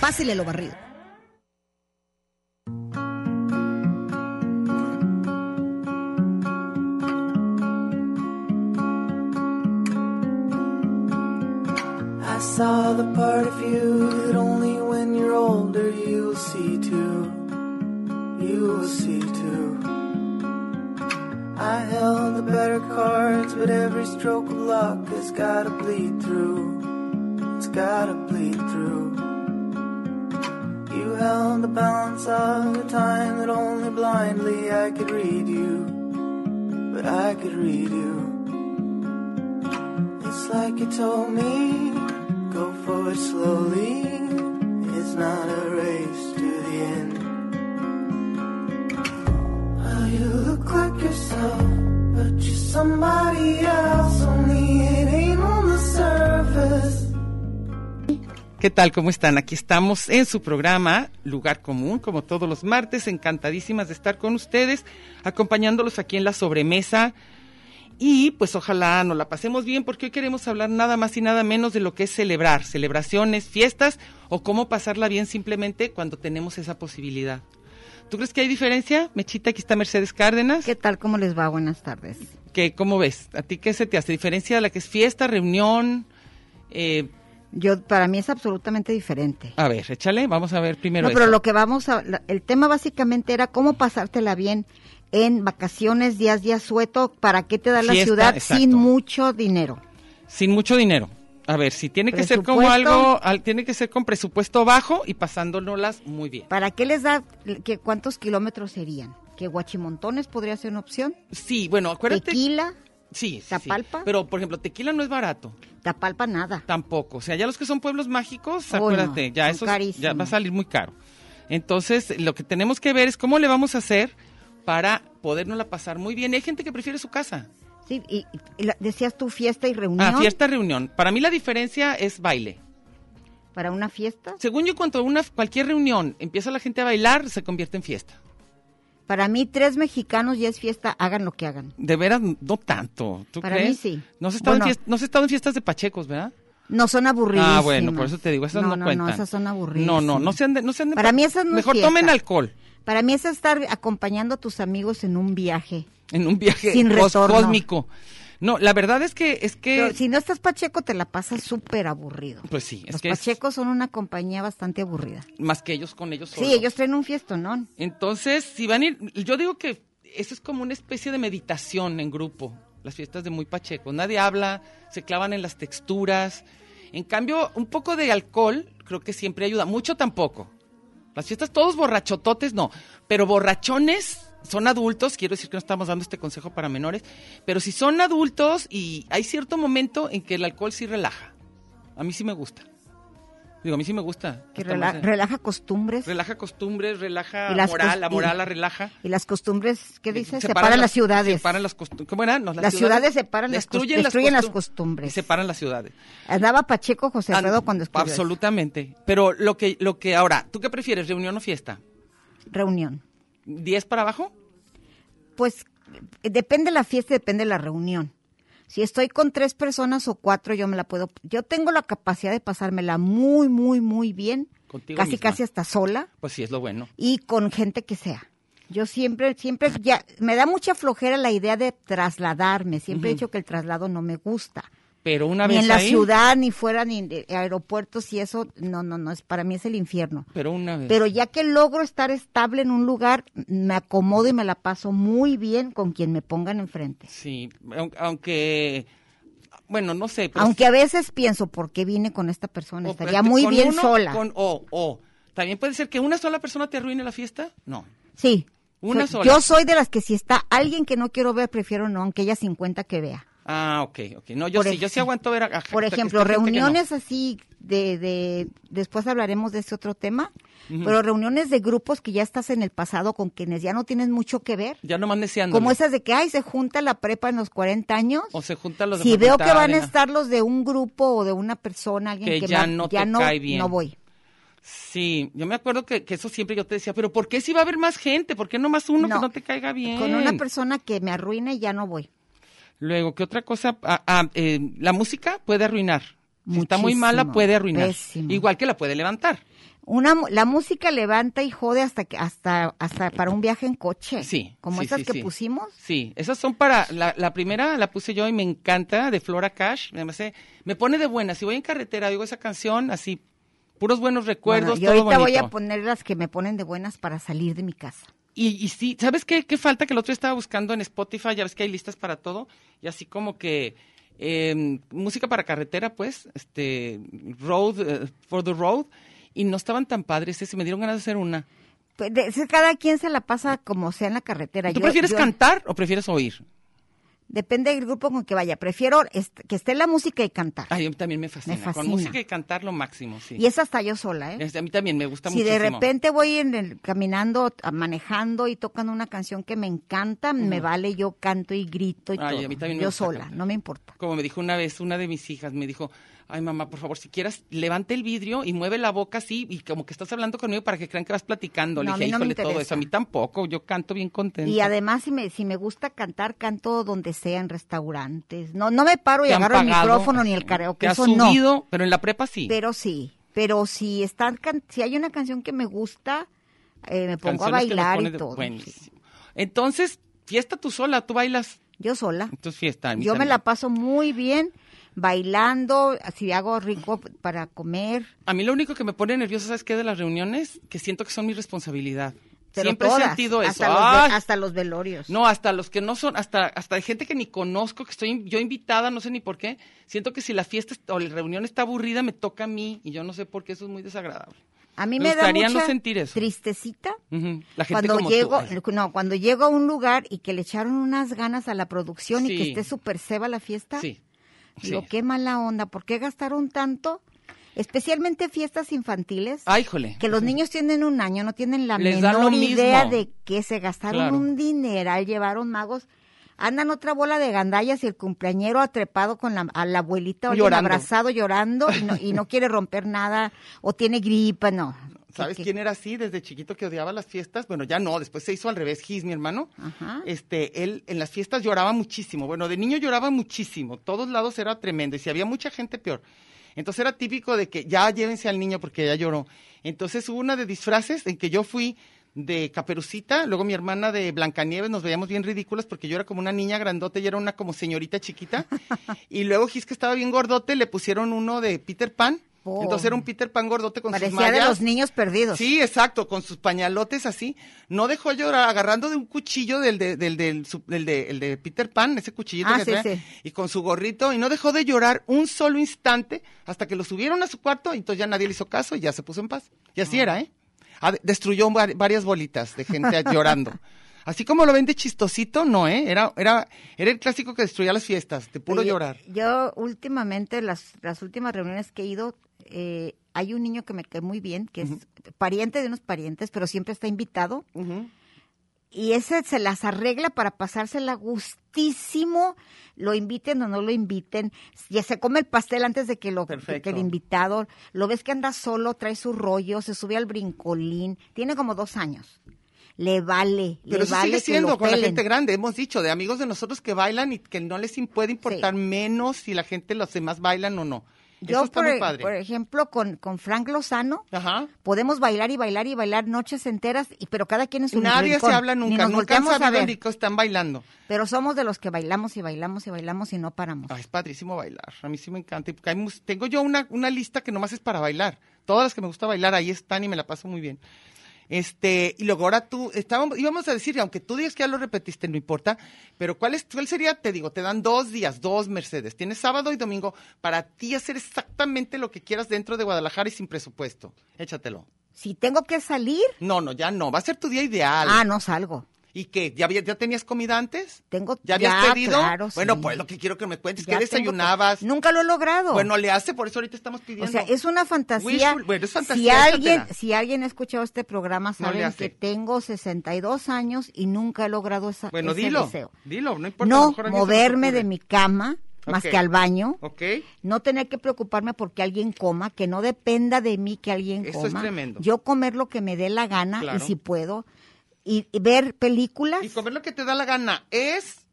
Pásele lo barrido. I saw the part of you that only when you're older you'll see too. You will see too. I held the better cards, but every stroke of luck has gotta bleed through. It's gotta bleed through. You held the balance of the time that only blindly I could read you. But I could read you. It's like you told me, go forward slowly. It's not a race to the end. Well, you look like yourself, but you're somebody else. Only it ain't on the surface. ¿Qué tal? ¿Cómo están? Aquí estamos en su programa Lugar Común, como todos los martes, encantadísimas de estar con ustedes, acompañándolos aquí en la sobremesa. Y pues ojalá nos la pasemos bien porque hoy queremos hablar nada más y nada menos de lo que es celebrar, celebraciones, fiestas o cómo pasarla bien simplemente cuando tenemos esa posibilidad. ¿Tú crees que hay diferencia? Mechita, aquí está Mercedes Cárdenas. ¿Qué tal? ¿Cómo les va? Buenas tardes. ¿Qué, ¿Cómo ves? ¿A ti qué se te hace? ¿Diferencia de la que es fiesta, reunión? Eh, Yo para mí es absolutamente diferente. a ver, échale, vamos a ver primero. no, pero eso. lo que vamos a la- el tema básicamente era cómo pasártela bien en vacaciones, días de asueto, para qué te da la Fiesta, ciudad exacto. sin mucho dinero. Sin mucho dinero. A ver, si tiene que ser como Presupuesto. algo, al- tiene que ser con presupuesto bajo y pasándonos muy bien. ¿Para qué les da que cuántos kilómetros serían? Que Guachimontones podría ser una opción. Sí, bueno, acuérdate. Tequila, Sí, sí, sí. Tapalpa. Pero, por ejemplo, tequila no es barato, Tapalpa nada. tampoco. O sea, ya los que son pueblos mágicos, Oh, no, acuérdate, ya son eso ya carísimos. va a salir muy caro. Entonces, lo que tenemos que ver es cómo le vamos a hacer para podernosla pasar muy bien. Hay gente que prefiere su casa. Sí, y, y la- decías tú fiesta y reunión. Ah, fiesta, reunión. Para mí la diferencia es baile. Para una fiesta. Según yo, cuando una, cualquier reunión empieza la gente a bailar, se convierte en fiesta. Para mí tres mexicanos ya es fiesta, hagan lo que hagan. De veras, no tanto. ¿Tú Para crees? mí sí. No has, estado en Bueno. fies- no has estado en fiestas de pachecos, ¿verdad? No son aburridísimas. Ah, bueno, por eso te digo, esas no, cuentan. No, esas son aburridas. No, no, no se anden, no se anden Para pa- mí esas no es Mejor fiesta. tomen alcohol Para mí es estar acompañando a tus amigos en un viaje. en un viaje Sin cos- retorno. cósmico. No, la verdad es que es que Pero si no estás pacheco, te la pasas súper aburrido. pues sí, es Los que es pachecos son una compañía bastante aburrida. más que ellos con ellos solos. Sí, ellos traen un fiestón, ¿no? Entonces, si van a ir, yo digo que eso es como una especie de meditación en grupo, las fiestas de muy pacheco. Nadie habla, se clavan en las texturas. En cambio, un poco de alcohol creo que siempre ayuda, mucho tampoco. Las fiestas todos borrachototes, no, pero borrachones son adultos, quiero decir que no estamos dando este consejo para menores, pero si son adultos y hay cierto momento en que el alcohol sí relaja. A mí sí me gusta. Digo, a mí sí me gusta. Que Hasta eh. rela- no sé. relaja costumbres. Relaja costumbres, relaja Y las moral, la cos- y- moral la relaja. y las costumbres, ¿qué Eh, dices? Separan las, ciudades. Separan las costumbres. ¿Cómo era? No, Las ciudades separan las cos- destruyen las costum- costumbres. y Separan las ciudades. Andaba Pacheco José Ah, Alfredo cuando escribió eso. Absolutamente. Pero lo que, lo que ahora, ¿tú qué prefieres, reunión o fiesta? Reunión. ¿10 para abajo? Pues eh, depende la fiesta, depende la reunión. Si estoy con tres personas o cuatro, yo me la puedo. Yo tengo la capacidad de pasármela muy, muy, muy bien. Contigo casi, misma. casi hasta sola Pues sí, es lo bueno. y con gente que sea. Yo siempre, siempre, ya me da mucha flojera la idea de trasladarme. Siempre he dicho que el traslado no me gusta. Pero una ni vez en la ahí, ciudad, ni fuera, ni en eh, aeropuertos y eso, no, no, no, es, para mí es el infierno. pero una vez. Pero ya que logro estar estable en un lugar, me acomodo y me la paso muy bien con quien me pongan enfrente. Sí, aun- aunque, bueno, no sé. pero Aunque a veces pienso, ¿por qué vine con esta persona? pues. o Estaría espérate, muy con bien uno, sola. con- o, o, también puede ser que una sola persona te arruine la fiesta. No. Sí. Una Soy- sola. Yo soy de las que si está alguien que no quiero ver, prefiero no, aunque haya 50 que vea. Ah, ok, ok. No, yo Por sí, yo sí ej- aguanto ver a, a- Por hasta que ejemplo, esté gente que no. reuniones así de, de- después hablaremos de ese otro tema, pero reuniones de grupos que ya estás en el pasado con quienes ya no tienes mucho que ver, Ya nomás deseando. como esas de que, ay, se junta la prepa en los 40 años. O se juntan los de si veo que van a facultades, estar los de un grupo o de una persona, alguien Que que, ya me- no ya te no, cae bien. no voy. Sí, yo me acuerdo que, que eso siempre yo te decía, pero ¿por qué si va a haber más gente? ¿Por qué no más uno No. que no te caiga bien? Con una persona que me arruine ya no voy. Luego, ¿qué otra cosa? Ah, ah, eh, la música puede arruinar. Si está muy Muchísimo, mala, puede arruinar. pésimo. Igual que la puede levantar. Una, mu- la música levanta y jode hasta que hasta hasta para un viaje en coche. Sí. Como sí, esas sí, que sí. pusimos. Sí, esas son para. La, la primera la puse yo y me encanta, de Flora Cash. Me, hace- me pone de buena. Si voy en carretera, digo esa canción, así, puros buenos recuerdos, Bueno, y todo ahorita voy bonito. a poner las que me ponen de buenas para salir de mi casa. Y, y sí, ¿sabes qué, qué falta? Que el otro día estaba buscando en Spotify, ya ves que hay listas para todo, y así como que em, música para carretera, pues, este, road, eh, for the road, y no estaban tan padres, ese, me dieron ganas de hacer una. Pues, de- se- cada quien se la pasa como sea en la carretera. ¿Tú Yo- prefieres yo- cantar o prefieres oír? Depende del grupo con que vaya. Prefiero est- que esté la música y cantar. Ay, a mí también me fascina. Con fascina. música y cantar lo máximo, sí. Y esa hasta yo sola, ¿eh? Este, A mí también me gusta si muchísimo. de repente voy en el, caminando, a- manejando y tocan una canción que me encanta, me vale, yo canto y grito y Ay, todo. a mí también me yo gusta sola, cantar. no me importa. Como me dijo una vez una de mis hijas, me dijo, ay mamá, por favor, si quieras, levante el vidrio y mueve la boca así y como que estás hablando conmigo para que crean que vas platicando. Le No, a dije, mí no me híjole, todo interesa. eso, a mí tampoco, yo canto bien contenta. Y además, si me, si me gusta cantar, canto donde sea, en restaurantes. No, no me paro y Te han agarro el pagado, micrófono ni el karaoke, Te has eso no. subido, pero en la prepa sí. Pero sí, pero si están, can- si hay una canción que me gusta, eh, me pongo a Canciones que nos bailar ponen y de- todo. sí. Buenísimo. Entonces, fiesta tú sola, tú bailas. Yo sola. Entonces, fiesta. a mí Yo me también. la paso muy bien bailando, si hago rico para comer. A mí lo único que me pone nerviosa, ¿sabes qué? De las reuniones, que siento que son mi responsabilidad. Pero Siempre todas, he sentido eso. Hasta, los, ¡Ay! ve- hasta los velorios. Pues, No, hasta los que no son, hasta hasta de gente que ni conozco, que estoy in- yo invitada, no sé ni por qué. Siento que si la fiesta est- o la reunión está aburrida, me toca a mí y yo no sé por qué eso es muy desagradable. a mí me me, da gustaría mucha no sentir eso. tristecita Ujú. La gente cuando como llego, tú. no, cuando llego a un lugar y que le echaron unas ganas a la producción y que Sí. esté súper ceba la fiesta, Sí. digo, sí. qué mala onda, ¿por qué gastaron tanto? Especialmente fiestas infantiles, Ay, híjole. que los niños tienen un año, no tienen la Les da lo menor idea mismo. de que se gastaron Claro. un dineral, llevaron magos, andan otra bola de gandallas y el cumpleañero atrepado con la, a la abuelita o alguien Llorando. abrazado llorando y no, y no quiere romper nada o tiene gripa, no. ¿Sabes Que- que- quién era así desde chiquito que odiaba las fiestas? Bueno, ya no, después se hizo al revés, Gis, mi hermano. Ajá. Este, él en las fiestas lloraba muchísimo. Bueno, de niño lloraba muchísimo. Todos lados era tremendo. Y si había mucha gente, peor. Entonces era típico de que ya llévense al niño porque ya lloró. Entonces hubo una de disfraces en que yo fui de caperucita, luego mi hermana de Blancanieves, nos veíamos bien ridículas porque yo era como una niña grandota y ella era una como señorita chiquita. y luego Gis, que estaba bien gordote, le pusieron uno de Peter Pan. Oh. Entonces era un Peter Pan gordote con sus Parecía mallas. de los niños perdidos. Sí, exacto, con sus pañalotes así. No dejó llorar, agarrando de un cuchillo del de, del, del, su- del de, el de Peter Pan, ese cuchillito Ah, que sí, trae, sí. y con su gorrito, y no dejó de llorar un solo instante hasta que lo subieron a su cuarto, y entonces ya nadie le hizo caso y ya se puso en paz. Y así era, ¿eh? Ah, de- destruyó va- varias bolitas de gente llorando. Así como lo ven de chistosito, no, ¿eh? Era, era, era el clásico que destruía las fiestas, de puro Oye, llorar. Yo últimamente, las, las últimas reuniones que he ido, eh, hay un niño que me cae muy bien, que es pariente de unos parientes, pero siempre está invitado. Y ese se las arregla para pasársela gustísimo, lo inviten o no lo inviten. Ya se come el pastel antes de que, lo, de que Perfecto. el invitado. Lo ves que anda solo, trae su rollo, se sube al brincolín. Tiene como dos años. Le vale, le Pero eso vale sigue que siendo lo con la pelen. gente grande, hemos dicho, de amigos de nosotros que bailan y que no les im- puede importar Sí. menos si la gente, los demás bailan o no. Yo, Eso está por, muy e- padre. por ejemplo, con, con Frank Lozano, Ajá. podemos bailar y bailar y bailar noches enteras, y, pero cada quien es un Nadie rincón. se habla Ni nunca, nos nunca han volteamos a sabido ver, ni que están bailando. pero somos de los que bailamos y bailamos y bailamos y no paramos. Ah, es padrísimo bailar, a mí sí me encanta. y porque hay mus- tengo yo una, una lista que nomás es para bailar. Todas las que me gusta bailar ahí están y me la paso muy bien. Este, y luego ahora tú, estábamos, íbamos a decir, aunque tú digas que ya lo repetiste, no importa, pero ¿cuál, es, ¿cuál sería? Te digo, te dan dos días, dos Mercedes. Tienes sábado y domingo para ti hacer exactamente lo que quieras dentro de Guadalajara y sin presupuesto. Échatelo. Si tengo que salir, No, no, ya no. Va a ser tu día ideal. ah, no salgo. ¿Y qué? ¿Ya, había- ya tenías comida antes? Tengo- ¿Ya habías ya, pedido? claro, bueno, sí. pues lo que quiero que me cuentes, Ya ¿qué tengo que- desayunabas? Nunca lo he logrado. Bueno, le hace, por eso ahorita estamos pidiendo. O sea, es una fantasía. Wishful- bueno, es si fantasía, alguien, échatela. si alguien ha escuchado este programa, No le saben que hace. tengo 62 años y nunca he logrado esa, Bueno, ese dilo, deseo. dilo, no importa. a lo No mejor a alguien se le moverme ocurre. de mi cama más Ok. que al baño. Ok, No tener que preocuparme porque alguien coma, que no dependa de mí que alguien Eso es coma. tremendo. Yo comer lo que me dé la gana Claro. y si puedo. Y, y ver películas. y comer lo que te da la gana es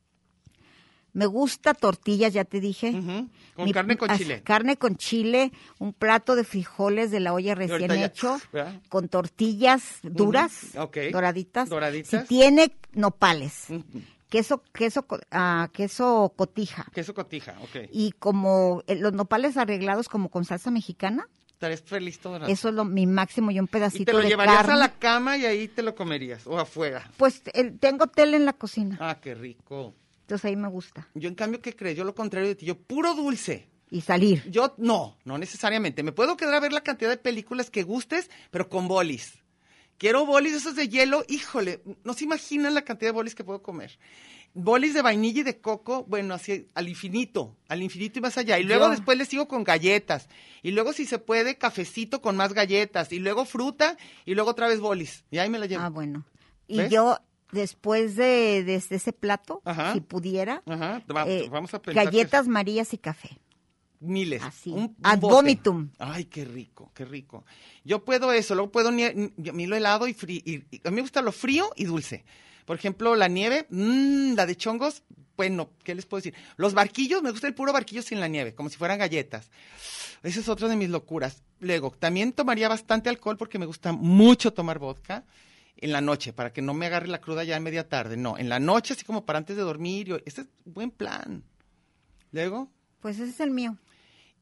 Me gusta tortillas, ya te dije. ujú, con Mi- carne con as- chile. Carne con chile, un plato de frijoles de la olla recién ahorita ya, hecho, ¿verdad? con tortillas duras, ok. doraditas. Doraditas. Mm. Si tiene nopales, Ujú, queso, queso, co- ah, queso cotija. Queso cotija, ok. Y como eh, los nopales arreglados como con salsa mexicana, Estarás feliz todo el rato. eso es lo, mi máximo, y un pedacito Y Ah. te lo de llevarías carne. a la cama y ahí te lo comerías, o afuera. Pues eh, tengo tele en la cocina, Ah, qué rico. entonces ahí me gusta. Yo, en cambio, ¿qué crees? Yo lo contrario de ti, yo puro dulce. Y salir. Yo no, no necesariamente. Me puedo quedar a ver la cantidad de películas que gustes, pero con bolis. Quiero bolis esos de hielo, híjole, no se imaginan la cantidad de bolis que puedo comer. Bolis de vainilla y de coco, bueno, así al infinito, al infinito y más allá. Y luego Yo- después le sigo con galletas. Y luego, si se puede, cafecito con más galletas. Y luego fruta y luego otra vez bolis. Y ahí me la llevo. Ah, bueno. Y ¿Ves? yo, después de, de- de ese plato, Ajá. si pudiera, Ajá, va- eh, vamos a pensar. que galletas marías y café. miles. Así, Un, un ad bote. vomitum. Ay, qué rico, qué rico. Yo puedo eso, luego puedo nie- n- a mí lo helado y frío. a mí me gusta lo frío y dulce. Por ejemplo, la nieve, mmm, la de chongos, bueno, ¿qué les puedo decir? Los barquillos, me gusta el puro barquillo sin la nieve, como si fueran galletas. Esa es otra de mis locuras. Luego, también tomaría bastante alcohol porque me gusta mucho tomar vodka en la noche, para que no me agarre la cruda ya en media tarde. No, en la noche, así como para antes de dormir. yo- Ese es buen plan. Luego, Pues ese es el mío.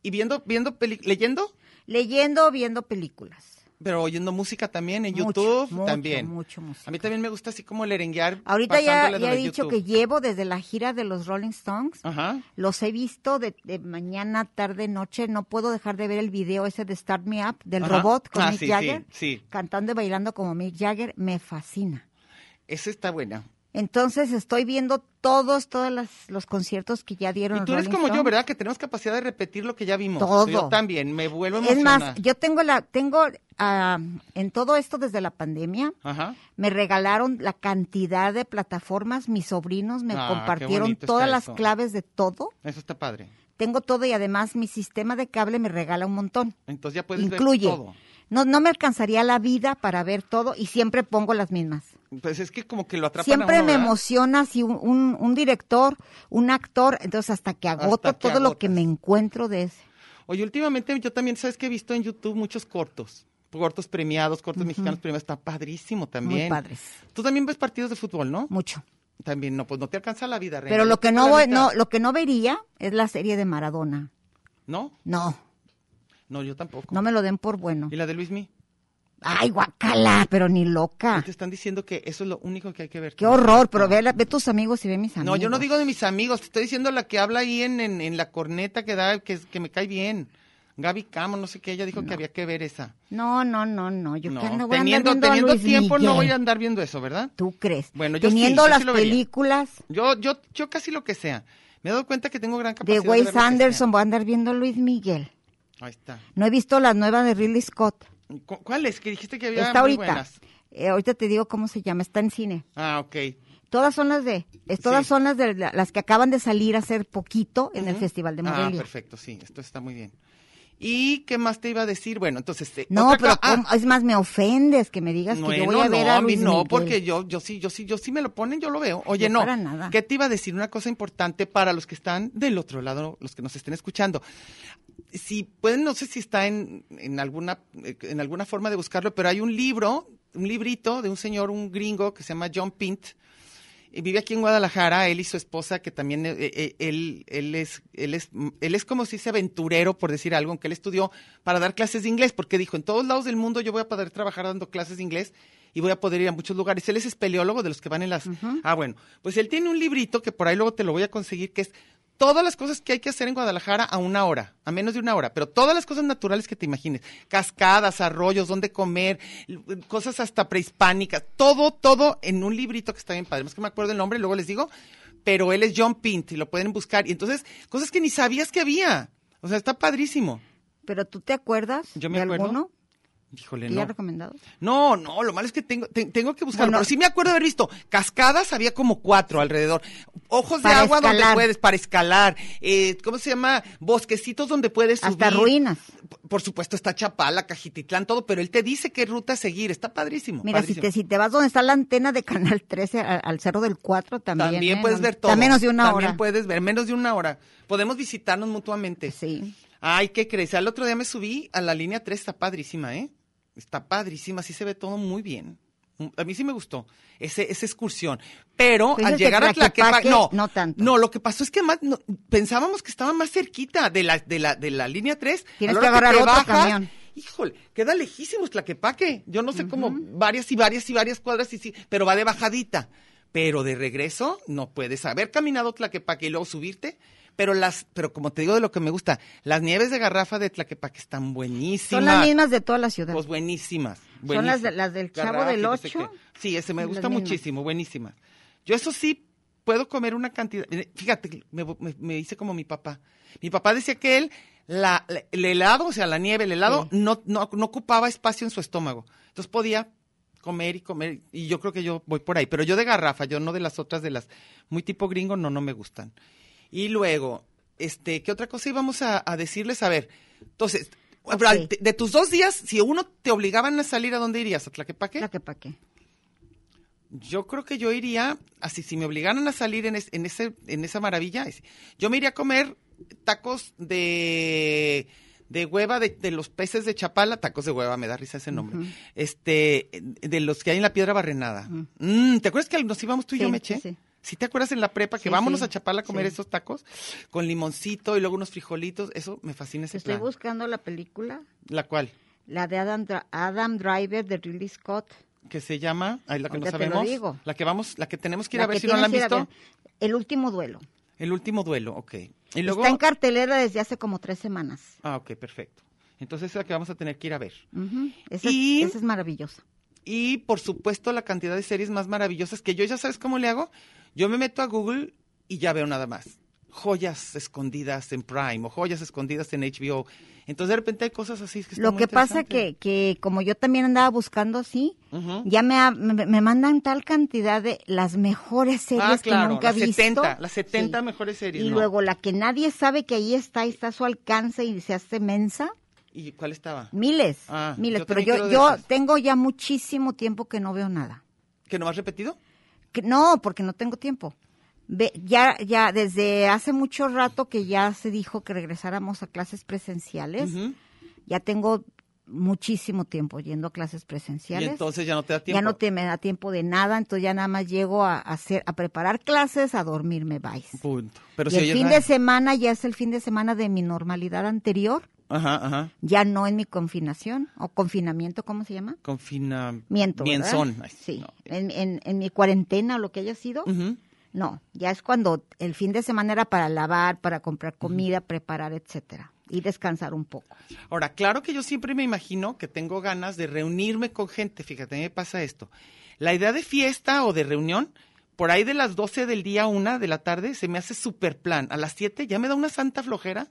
y viendo, viendo, peli- leyendo, Leyendo o viendo películas. pero oyendo música también en Mucho, YouTube mucho, también. mucho música. A mí también me gusta así como lerenguear. Ahorita ya, pasándole ya he durante dicho que YouTube. llevo desde la gira de los Rolling Stones. Ajá. Los he visto de, de mañana, tarde, noche. No puedo dejar de ver el video ese de Start Me Up del Ajá. robot con Ah, Mick sí, sí, Jagger. sí. Cantando y bailando como Mick Jagger. Me fascina. Esa está buena. Entonces estoy viendo todos, todos las- los conciertos que ya dieron. Y los tú eres Rolling como yo, Stones. ¿verdad? Que tenemos capacidad de repetir lo que ya vimos. Todo. Yo también, me vuelvo Es emocionada. más, yo tengo la, tengo ah, en todo esto desde la pandemia, Ajá. me regalaron la cantidad de plataformas, mis sobrinos me Ah, qué compartieron bonito todas está las eso. claves de todo, Eso está padre. tengo todo y además mi sistema de cable me regala un montón. Entonces ya puedes Incluye. ver todo. No, no me alcanzaría la vida para ver todo y siempre pongo las mismas. Pues es que como que lo atrapan Siempre a uno, me ¿verdad? emociona si un, un- un director, un actor, entonces hasta que Hasta agoto que todo lo que agotas. me encuentro de ese. Oye, últimamente yo también, ¿sabes que He visto en YouTube muchos cortos. Cortos premiados, cortos mexicanos premiados. Está padrísimo también. Muy padres, Tú también ves partidos de fútbol, ¿no? mucho. También, no, pues no te alcanza la vida, reina. Pero Yo lo que tengo no la voy- mitad. no, lo que no vería es la serie de Maradona. ¿No? No, No, yo tampoco. no me lo den por bueno. ¿Y la de Luismi? Ay, guacala, pero ni loca. Te están diciendo que eso Este es lo único que hay que ver. Ah. Qué horror, pero ve, la- ve tus amigos y ve mis No, amigos. yo no digo de mis amigos, te estoy diciendo la que habla ahí en, en- en la corneta que da, que, que me cae bien. Gaby Camo, no sé qué, ella dijo que había que ver esa. No, no, no, no, yo no, que no voy a andar viendo teniendo, a teniendo Luis tiempo no Miguel. voy a andar viendo eso, ¿verdad? ¿Tú crees? Bueno, yo sí, Teniendo yo sí las lo vería. películas Yo, yo, yo casi lo que sea. Me he dado cuenta que tengo gran de capacidad ver lo Wes que sea. Anderson, voy a andar viendo a Luis Miguel. Ahí está. No he visto la nueva de Ridley Scott. ¿Cu- ¿Cuál es? Que dijiste que había está muy ahorita. buenas. Eh, ahorita te digo cómo se llama, está en cine. Ah, ok. Todas son las de, es- todas Sí. son las de la- las que acaban de salir hace poquito en el Festival de Ah, Morelia. perfecto, sí, esto está muy bien. ¿Y qué más te iba a decir? Bueno, entonces... eh, No, otra pero co- ah, ¿cómo? es más, me ofendes que me digas que yo voy a ver no, a a mí Luis no, Miguel. porque yo, yo sí, yo sí, yo sí me lo ponen, yo lo veo. Oye, Yo no. para nada. ¿Qué te iba a decir? Una cosa importante para los que están del otro lado, los que nos estén escuchando. Si pueden, no sé si está en, en alguna, eh, en alguna forma de buscarlo, pero hay un libro, un librito de un señor, un gringo que se llama John Pint. Y Eh, vive aquí en Guadalajara, él y su esposa, que también eh, eh, él, él, es, él, es, él es como si dice aventurero, por decir algo, aunque él estudió para dar clases de inglés, porque dijo, en todos lados del mundo yo voy a poder trabajar dando clases de inglés y voy a poder ir a muchos lugares. Él es espeleólogo de los que van en las... Ah, bueno, pues él tiene un librito que por ahí luego te lo voy a conseguir, que es todas las cosas que hay que hacer en Guadalajara a una hora, a menos de una hora, pero todas las cosas naturales que te imagines, cascadas, arroyos, dónde comer, l- cosas hasta prehispánicas, todo, todo en un librito que está bien padre. Es que me acuerdo el nombre, luego les digo, pero él es John Pint y lo pueden buscar. Y entonces, cosas que ni sabías que había. O sea, está padrísimo. ¿Pero tú te acuerdas Yo me de acuerdo. alguno Híjole, que ya no. he recomendado? No, no, lo malo es que tengo, te- tengo que buscarlo. Bueno. pero sí me acuerdo de haber visto cascadas, había como cuatro alrededor. Ojos de Para agua escalar. donde puedes, para escalar. Eh, ¿Cómo se llama? Bosquecitos donde puedes subir. Hasta ruinas. P- Por supuesto está Chapala, Cajititlán, todo, pero él te dice qué ruta seguir. Está padrísimo. Mira, si padrísimo. te, si te vas donde está la antena de Canal 13 a- al, Cerro del 4 también. También, ¿eh? puedes No- ver todo. A menos de una También hora. puedes ver, menos de una hora. Podemos visitarnos mutuamente. Sí. Ay, ¿qué crees? Al otro día me subí a la línea 3, está padrísima, ¿eh? Está padrísima, sí se ve todo muy bien. Mm, A mí sí me gustó ese, esa excursión. Pero Tú dices al de llegar a Tlaquepaque, Tlaquepaque, no, no tanto. No, lo que pasó es que más no, pensábamos que estaba más cerquita de la, de la, de la línea 3. Tienes A la que hora te agarrar otro camión. Híjole, queda lejísimos Tlaquepaque. Yo no sé cómo varias y varias y varias cuadras y sí, pero va de bajadita. Pero de regreso no puedes haber caminado Tlaquepaque y luego subirte. Pero las, pero como te digo de lo que me gusta, las nieves de garrafa de Tlaquepaque están buenísimas. Son las mismas de toda la ciudad. Pues buenísimas. Son las de- buenísimas. las del Chavo Garrafa y del no sé Ocho. qué. Sí, ese me Las gusta mismas. muchísimo, buenísima. Yo eso sí puedo comer una cantidad. eh, Fíjate, me, me- me hice como mi papá. Mi papá decía que él, la, la- el helado, o sea, la nieve, el helado, no, no, no ocupaba espacio en su estómago. Entonces podía comer y comer, y yo creo que yo voy por ahí. Pero yo de garrafa, yo no de las otras, de las muy tipo gringo, no, no me gustan. Y luego, este, ¿qué otra cosa íbamos a, a decirles? A ver, entonces, Ok. de, de tus dos días, si uno te obligaban a salir, ¿a dónde irías? ¿A Tlaquepaque? Tlaquepaque. Yo creo que yo iría, así si me obligaran a salir en, es- en ese, en esa maravilla, es- yo me iría a comer tacos de, de hueva de, de los peces de Chapala, tacos de hueva, me da risa ese nombre, este, de los que hay en la piedra barrenada. Mm, ¿Te acuerdas que nos íbamos tú y Sí, yo, me sí, eché? sí. ¿Sí te acuerdas en la prepa que Sí, vámonos sí, a Chapala a comer sí. esos tacos con limoncito y luego unos frijolitos? Eso me fascina ese Estoy plan. buscando la película, ¿La cual? la de Adam, Dra- Adam Driver de Ridley Scott. Que se llama, ay, la que no Ahorita te lo sabemos, digo. la que vamos, la que tenemos que ir La a ver que si no la han tienes que ir a visto. ver. El último duelo. El último duelo, ok. Y luego... Está en cartelera desde hace como tres semanas. Ah, ok, perfecto. Entonces es la que vamos a tener que ir a ver. Ujú. Esa, Y- es, esa es maravillosa. Y por supuesto la cantidad de series más maravillosas que yo ya sabes cómo le hago. Yo me meto a Google y ya veo nada más. Joyas escondidas en Prime o joyas escondidas en HBO. Entonces de repente hay cosas así que están Lo muy que pasa interesantes. que, que como yo también andaba buscando así, Ujú. ya me, ha- me, me mandan tal cantidad de las mejores series Ah, claro, que nunca he las visto. 70, las 70 Sí. mejores series. Y ¿no? luego la que nadie sabe que ahí está, y está a su alcance y se hace mensa. ¿Y cuál estaba? Miles, Ah, miles. yo pero también quiero yo, de yo esas. tengo ya muchísimo tiempo que no veo nada. ¿Que no has repetido? Que- no, porque no tengo tiempo. Ve- ya, ya desde hace mucho rato que ya se dijo que regresáramos a clases presenciales. Ujú. Ya tengo muchísimo tiempo yendo a clases Y presenciales. entonces ya no te da tiempo. ya no te me da tiempo de nada, entonces ya nada más llego a, hacer, a preparar clases, a dormirme, vais. Punto. Pero y si el oyes fin radio- de semana ya es el fin de semana de mi normalidad anterior, Ajá, ajá. ya no en mi confinación o confinamiento, ¿cómo se llama? Confinamiento. Miento. ¿verdad? Mienzón. Ay, Sí, Eh. no. en, en- en mi cuarentena o lo que haya sido. Ujú. No, ya es cuando el fin de semana era para lavar, para comprar comida, preparar, etcétera. Y descansar un poco. Ahora, claro que yo siempre me imagino que tengo ganas de reunirme con gente. Fíjate, a mí me pasa esto. La idea de fiesta o de reunión, por ahí de las 12 del día, una de la tarde, se me hace súper plan. A las 7 ya me da una santa flojera,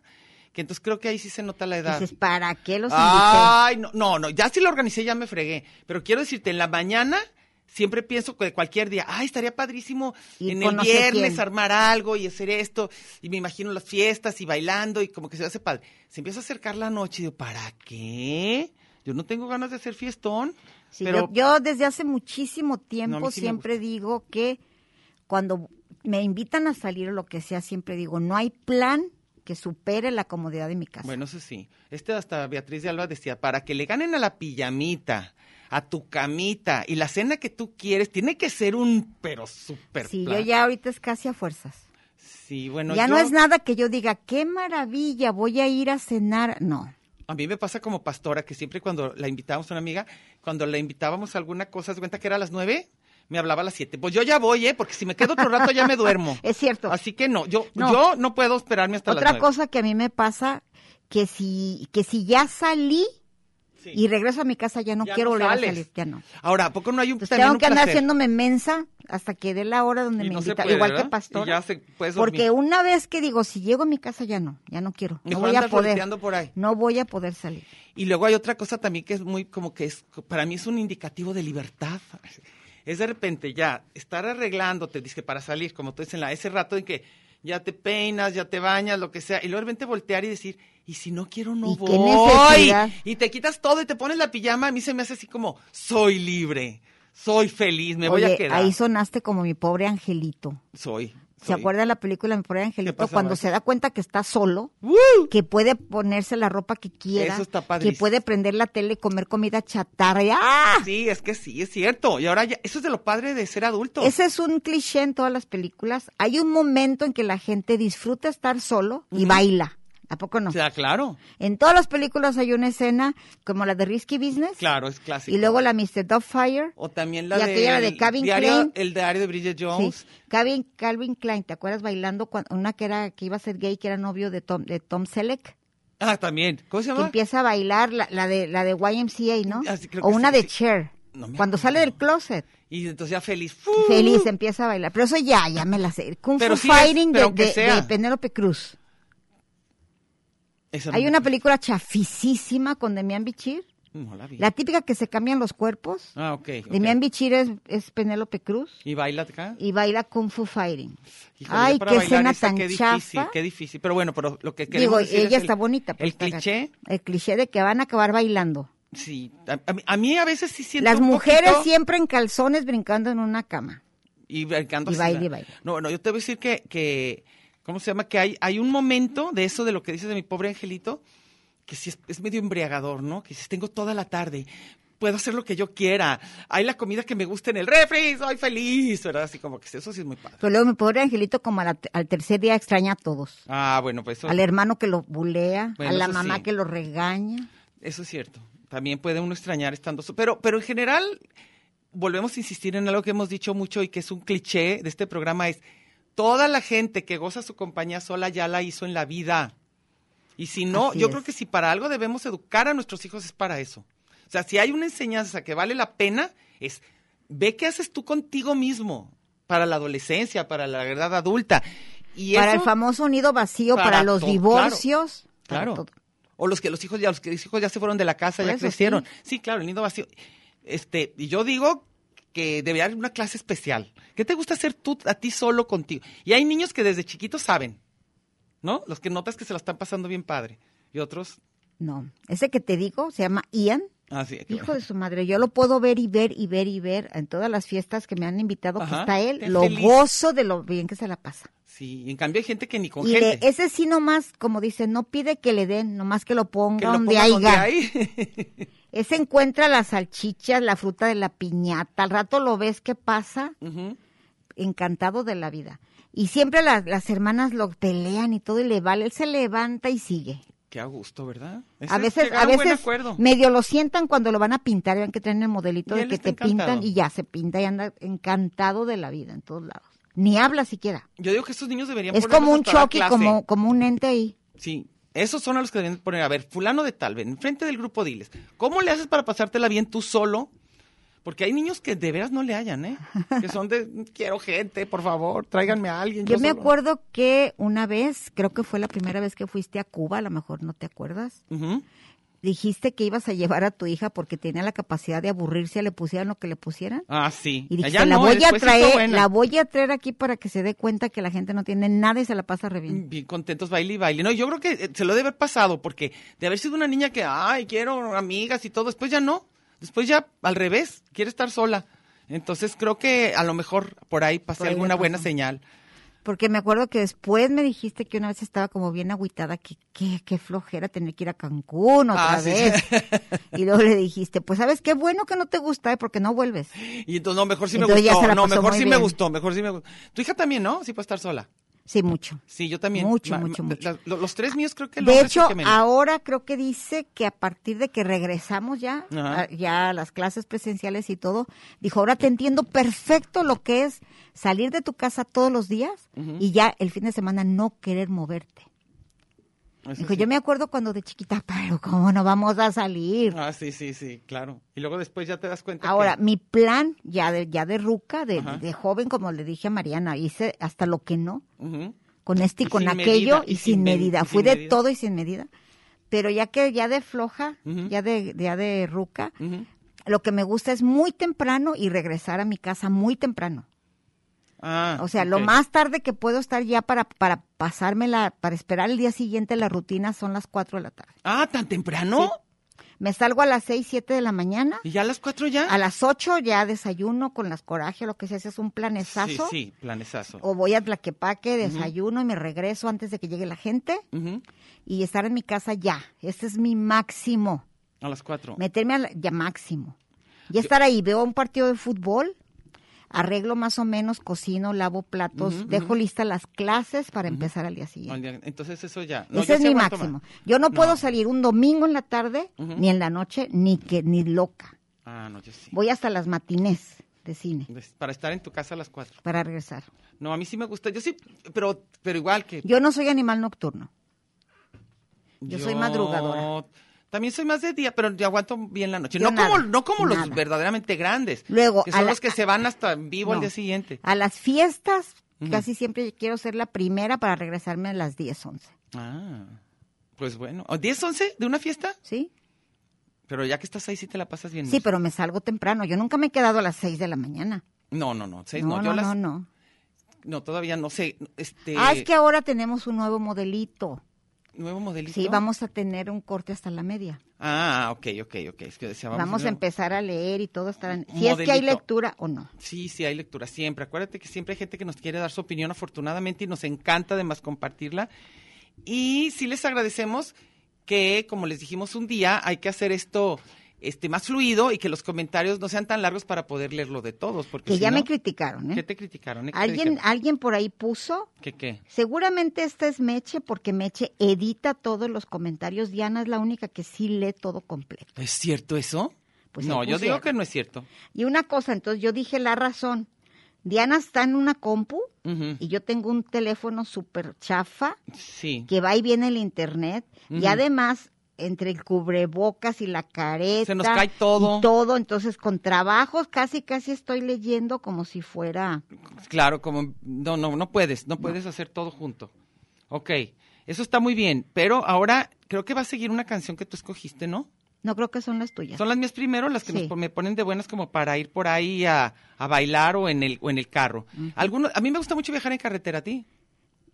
que entonces creo que ahí sí se nota la edad. Dices, ¿para qué los invité? Ah, Ay, no, no, no, ya si lo organicé ya me fregué. Pero quiero decirte, en la mañana siempre pienso que cualquier día, ay, estaría padrísimo Ir en con el no sé viernes quién. armar algo y hacer esto, y me imagino las fiestas y bailando y como que se hace padre. Se empieza a acercar la noche y digo, ¿para qué? Yo no tengo ganas de hacer fiestón, Sí, pero yo, yo desde hace muchísimo tiempo No, a mí sí me siempre digo que cuando me invitan a salir o lo que sea, siempre digo, no hay plan que supere la comodidad de mi casa. Bueno, eso sí. Este hasta Beatriz de Alba decía, para que le ganen a la pijamita, a tu camita y la cena que tú quieres, tiene que ser un pero súper sí, yo plan. ya ahorita es casi a fuerzas. Sí, bueno, ya no yo- es nada que yo diga, qué maravilla, voy a ir a cenar. No. A mí me pasa como pastora que siempre cuando la invitábamos a una amiga, cuando la invitábamos a alguna cosa, se cuenta que era a las nueve, me hablaba a las siete. Pues yo ya voy, ¿eh? Porque si me quedo otro rato ya me duermo. Es cierto. Así que no, yo No. no, yo no puedo esperarme hasta las Otra nueve. cosa que a mí me pasa, que si, que si ya salí Sí. y regreso a mi casa, ya no Ya quiero no volver sales. a salir. Ya no. Ahora, ¿a poco no hay un, Entonces Pues también tengo un que andar placer? haciéndome mensa hasta que dé la hora donde Y me no se invitan, puede, igual ¿verdad? que Y pastor. ya se- puedes dormir. porque una vez que digo, si llego a mi casa ya no, ya no quiero, no Mejor voy a andas poder, volteando por ahí. no voy a poder salir. Y luego hay otra cosa también que es muy como que es, para mí es un indicativo de libertad. Es de repente ya estar arreglándote, dice, para salir, como tú dices, en la, ese rato en que ya te peinas, ya te bañas, lo que sea, y luego de repente voltear y decir, y si no quiero, no ¿Y qué voy. necesidad? Y te quitas todo y te pones la pijama, a mí se me hace así como, soy libre, soy feliz, me voy Oye, a quedar. ahí sonaste como mi pobre angelito. Soy. ¿Se soy. acuerda la película Mi pobre angelito? pasaba Cuando eso? se da cuenta que está solo, ¡Uh! que puede ponerse la ropa que quiera, Eso está que padrísimo. puede prender la tele y comer comida chatarra. y ¡ah! Sí, es que sí, es cierto. Y ahora ya, eso es de lo padre de ser adulto. Ese es un cliché en todas las películas. Hay un momento en que la gente disfruta estar solo y baila. ¿A poco no? O sea, claro, En todas las películas hay una escena como la de Risky Business claro, es clásico. y luego la Mr. Doubtfire. O también la Y de, aquella, la de Calvin diario, Klein. El diario de Bridget Sí. Jones. Calvin, Calvin Klein, ¿te acuerdas bailando cuan- una que era que iba a ser gay, que era novio de Tom, de Tom Selleck? Ah, también. ¿Cómo se Que llama? empieza a bailar la, la de la de YMCA, ¿no? Ah, sí, creo o que una sí, de sí. Cher. No me Cuando acuerdo. sale del closet, Y entonces ya feliz. feliz, empieza a bailar. Pero eso ya, ya me la sé. Kung Pero Fu sí es, Fighting de- pero aunque de- de, sea. Penélope Cruz. Esa no Hay me una acuerdo. película chafisísima con Demian Bichir. No la vi. La típica que se cambian los cuerpos. Ah, ok. ok. Demian Bichir es, es Penélope Cruz Y baila acá. y baila Kung Fu Fighting. Híjole, Ay, ya para qué bailar escena esa, tan qué difícil, chafa. qué difícil. Pero bueno, pero lo que queremos Digo, decir ella es está el- bonita. pues, el está gacha. cliché, El cliché de que van a acabar bailando. sí. A, a mí, a mí a veces sí siento Las un mujeres poquito- siempre en calzones brincando en una cama. Y bailando Y así, baile, ¿verdad? baile. No, no, yo te voy a decir que, que ¿cómo se llama? Que hay, hay un momento de eso, de lo que dices de mi pobre angelito, que sí es, es medio embriagador, ¿no? Que dices, tengo toda la tarde, puedo hacer lo que yo quiera, hay la comida que me gusta en el refri, soy feliz, ¿verdad? Así como que eso sí es muy padre. Pero luego mi pobre angelito como a la- al tercer día extraña a todos. Ah, bueno, pues eso, Al hermano que lo bulea, Bueno, a la eso mamá sí. que lo regaña. eso es cierto. También puede uno extrañar estando... so- Pero, pero en general, volvemos a insistir en algo que hemos dicho mucho y que es un cliché de este programa, es toda la gente que goza su compañía sola ya la hizo en la vida. Y si no, Así yo es. creo que si para algo debemos educar a nuestros hijos es para eso. O sea, si hay una enseñanza que vale la pena, es ve qué haces tú contigo mismo para la adolescencia, para la edad adulta. Y para eso- el famoso nido vacío, para, para los todo, divorcios. para Claro. todo. O los que los hijos ya, los que los hijos ya se fueron de la casa, Por ya eso, crecieron. Sí. claro, el nido vacío. Este, y yo digo que debería haber una clase especial. ¿Qué te gusta hacer tú a ti solo contigo? Y hay niños que desde chiquitos saben, ¿no? Los que notas que se la están pasando bien padre. Y otros, ah, No, ese que te digo se llama Ian. así. que Hijo de su madre, yo lo puedo ver y ver y ver y ver en todas las fiestas que me han invitado que Ajá, está él. qué Lo feliz. gozo de lo bien que se la pasa. Sí, y en cambio hay gente que ni con y gente. le- ese sí nomás, como dice, no pide que le den, nomás que lo ponga que lo donde ponga donde haya. hay. Ese encuentra las salchichas, la fruta de la piñata. Al rato lo ves que pasa, Ujú. encantado de la vida. Y siempre las, las hermanas lo pelean y todo y le vale. Él se levanta y sigue. Qué a gusto, ¿verdad? a Ese es veces, llegar a un buen veces acuerdo. medio lo sientan cuando lo van a pintar, y ven que traen el modelito Y de él que está te pintan encantado. y ya se pinta y anda encantado de la vida en todos lados. Ni habla siquiera. Yo digo que estos niños deberían Es ponerlos como un hasta dar choque, clase. como, como un ente ahí. Sí, esos son a los que deben poner. A ver, fulano de tal, ven, enfrente del grupo diles. ¿Cómo le haces para pasártela bien tú solo? Porque hay niños que de veras no le hallan, ¿eh? Que son de, quiero gente, por favor, tráiganme a alguien. Yo me solo". acuerdo que una vez, creo que fue la primera vez que fuiste a Cuba, a lo mejor no te acuerdas, Ujú. dijiste que ibas a llevar a tu hija porque tenía la capacidad de aburrirse, le pusieran lo que le pusieran. Ah, sí. Y Ya dijiste, la no, voy a después está traer, buena. la voy a traer aquí para que se dé cuenta que la gente no tiene nada y se la pasa re bien. Mm, Bien contentos, baile y baile. No, yo creo que eh, se lo debe haber pasado, porque de haber sido una niña que, ay, quiero amigas y todo, después ya no. Después ya, al revés, quiere estar sola. Entonces creo que a lo mejor por ahí pasé Por ahí alguna le buena pasó. señal. Porque me acuerdo que después me dijiste que una vez estaba como bien agüitada, que qué, qué flojera tener que ir a Cancún otra Ah, sí. vez. Y luego le dijiste, pues sabes qué bueno que no te gusta, ¿eh? porque no vuelves. Y entonces, no, mejor sí me Entonces ya se gustó. la No, pasó mejor muy sí me bien. gustó, mejor sí me gustó. Tu hija también, ¿no? Sí puede estar sola. Sí, mucho. Sí, yo también. Mucho, mucho, mucho. la- lo- los tres míos creo que Este el De hombre es el hecho, que menos. ahora creo que dice que a partir de que regresamos ya, Ajá. a- ya a las clases presenciales y todo, dijo, ahora te entiendo perfecto lo que es salir de tu casa todos los días y ya el fin de semana no querer moverte. Eso dijo, sí. yo me acuerdo cuando de chiquita, pero ¿cómo no vamos a salir? Ah, sí, sí, sí, claro. Y luego después ya te das cuenta Ahora, que... mi plan ya de, ya de ruca, de, Ajá. de joven, como le dije a Mariana, hice hasta lo que no. Ujú. con este y Y con sin aquello medida, y, y sin, sin medida. medida, y Fui sin de medida. todo y sin medida. Pero ya que ya de floja, Ujú. Mm. ya de ya de ruca, Ujú. lo que me gusta es muy temprano y regresar a mi casa muy temprano. Ah, O sea, lo ok. más tarde que puedo estar ya para para pasármela, para esperar el día siguiente la rutina son las 4 de la tarde. Ah, ¿tan temprano? Me salgo a las 6, 7 de la mañana. ¿Y ya a las cuatro ya? A las 8 ya desayuno con las coraje, lo que sea, ese es un planesazo. Oh. Sí, sí, planesazo. O voy a Tlaquepaque, desayuno y me regreso antes de que llegue la gente. Ujú. y estar en mi casa ya. Este es mi máximo. A las cuatro. Meterme al ya máximo. Ya estar ahí, veo un partido de fútbol, arreglo más o menos, cocino, lavo platos, dejo listas las clases para empezar al día Al siguiente. día- Entonces eso ya. Ese yo es sí mi aguanto máximo. más. Yo no puedo No. salir un domingo en la tarde, Ujú. ni en la noche, ni que ni loca. Ah, no, yo sí. Voy hasta las matinés de cine Des- Para estar en tu casa a las cuatro. para regresar. No, a mí sí me gusta. Yo sí, pero, pero igual que... Yo no soy animal nocturno. yo soy madrugadora. También soy más de día, pero yo aguanto bien la noche. Yo no, como, nada, no como los nada. verdaderamente grandes. Luego, Que a son la- los que se van hasta en vivo al No. día siguiente. A las fiestas, Ujú. casi siempre quiero ser la primera para regresarme a las 10, 11. Ah, pues bueno. ¿O ¿10, 11 de una fiesta? ¿Sí? Pero ya que estás ahí sí te la pasas bien. Sí, pero me salgo temprano. Yo nunca me he quedado a las 6 de la mañana. No, no, no. seis, no, no, no, yo no, las- no. No, todavía no sé. Este, Ah, es que ahora tenemos un nuevo modelito. Nuevo modelito. Sí, vamos a tener un corte hasta la media. Ah, ok, ok, ok. Es que decía, Vamos, a ver- empezar a leer y todo estará... Un Si es que hay modelito. lectura o no. Sí, sí, hay lectura siempre. Acuérdate que siempre hay gente que nos quiere dar su opinión, afortunadamente, y nos encanta además compartirla. Y sí les agradecemos que, como les dijimos un día, hay que hacer esto este, más fluido y que los comentarios no sean tan largos para poder leerlo de todos. Porque Que si ya no, me criticaron, ¿Qué ¿eh? te criticaron? ¿Eh? ¿Qué te Alguien, dijeron? alguien por ahí puso... ¿Qué qué? Seguramente esta es Meche porque Meche edita todos los comentarios. Diana es la única que sí lee todo completo. ¿Es cierto eso? Pues no, ahí yo digo pusieron. que no es cierto. Y una cosa, entonces yo dije la razón. Diana está en una compu Ujú. y yo tengo un teléfono súper chafa Sí. que va y viene el internet y Ujú. además entre el cubrebocas y la careta Se nos cae todo. y todo entonces con trabajos casi casi estoy leyendo como si fuera Pues Claro, como no, no, no puedes, no puedes hacer todo junto. Ok, eso está muy bien, pero ahora creo que va a seguir una canción que tú escogiste, ¿no? no creo que son las tuyas Son las mías primero, las que Sí. me pon- me ponen de buenas como para ir por ahí a, a bailar o en el o en el carro. Algunos, a mí me gusta mucho viajar en carretera, ¿a ti?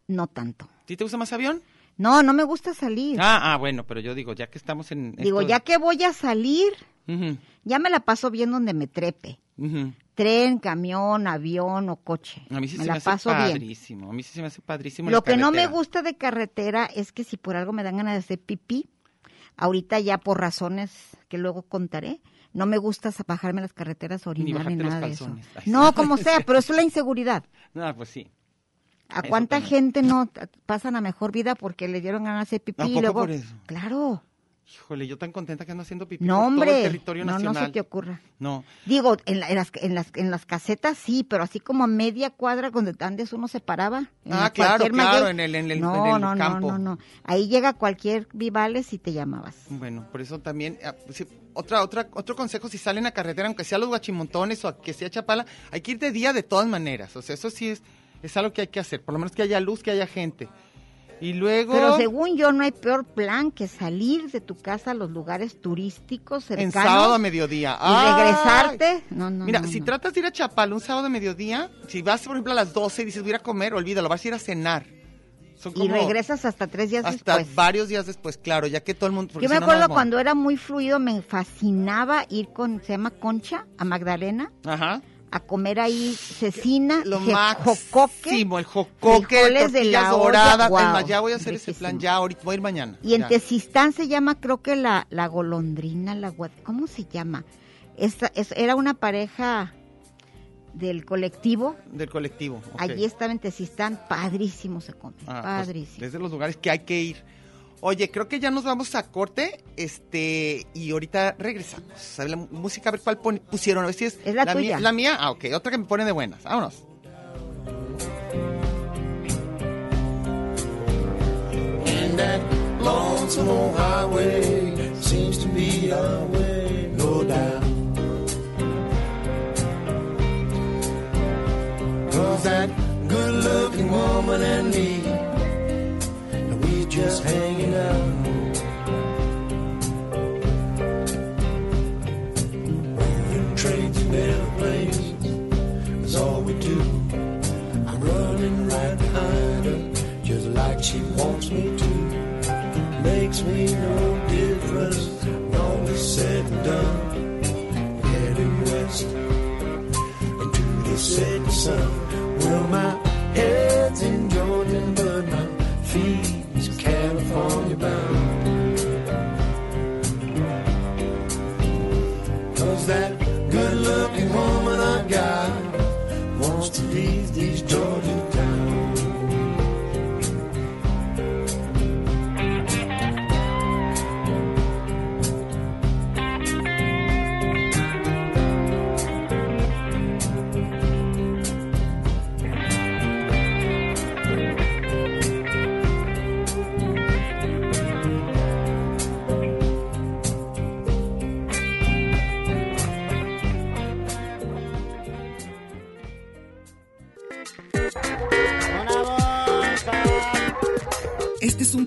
no tanto ¿A ti te gusta más avión? no no me gusta salir Ah, ah, bueno, pero yo digo, ya que estamos en digo esto- ya que voy a salir Ujú, ya me la paso bien donde me trepe ujú. tren camión avión o coche A mí sí me se la me hace paso bien padrísimo, a mí sí se me hace padrísimo Lo la que no me carretera. gusta de carretera es que si por algo me dan ganas de hacer pipí, ahorita ya por razones que luego contaré, no me gusta sa- bajarme las carreteras, orinar ni, bajarte los nada de eso. calzones. Ay, No, sí. como sea, pero eso es la inseguridad. No, pues sí. ¿A Eso cuánta también. gente no t- pasan a mejor vida porque le dieron ganas de hacer ¿A pipí y poco luego por eso? Claro. Híjole, yo tan contenta que ando haciendo pipí No, por hombre. todo el territorio no, nacional. no se te ocurra. No, Digo, en, la- en las, en, las, en las casetas sí, pero así como a media cuadra donde antes uno se paraba. en Ah, la- claro, cualquier claro, maguey. en el- en el- no, en el no, No, campo. no, no. Ahí llega cualquier Vivales y te llamabas. bueno, por eso también ah, sí, otra otra otro consejo si salen a carretera aunque sea a los guachimontones o a que sea Chapala, hay que ir de día de todas maneras, o sea, eso sí es es algo que hay que hacer, por lo menos que haya luz, que haya gente. Y luego. Pero según yo, no hay peor plan que salir de tu casa a los lugares turísticos en cercanos. sábado a mediodía. Y regresarte. No, no. Mira, no, si no. tratas de ir a Chapala un sábado a mediodía, si vas, por ejemplo, a las 12 y dices, voy a ir a comer, olvídalo, vas a ir a cenar. Son Y como regresas hasta tres días hasta después. varios días después, claro, ya que todo el mundo... porque Yo me si no, no acuerdo nos cuando era muy fluido, me fascinaba ir con, se llama Concha, a Magdalena, vamos. Ajá. a comer ahí cecina, Lo je- jocoque. máximo, el jocoque, frijoles tortillas de la olla, doradas. guau, es más, ya voy a hacer ese plan, riquísimo. ya, ahorita, voy a ir mañana. Y en ya. Tezistán se llama, creo que la, la golondrina, la gua- ¿cómo se llama? Esta, es- era una pareja del colectivo. Del colectivo. ok. Allí estaba en Tezistán, padrísimo se come, Ah, pues, padrísimo. es de los lugares que hay que ir. Oye, creo que ya nos vamos a corte, este, y ahorita regresamos. A ver la mu- música, a ver cuál pon- pusieron, a ver si es... Es la Mía, tuya. la mía, ah, ok, otra que me pone de buenas, vámonos. And that lonesome old highway seems to be our way, no doubt. Cause that good looking woman and me, and we just hanging out. Moving trains and airplanes is all we do. I'm running right behind her, just like she wants me to. Makes me no difference, when all is said and done. Heading west into the setting sun. Well, my head's in Georgia, but my feet's California bound. Cause that good looking woman I got wants to leave these Georgia town. Este es un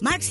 Marx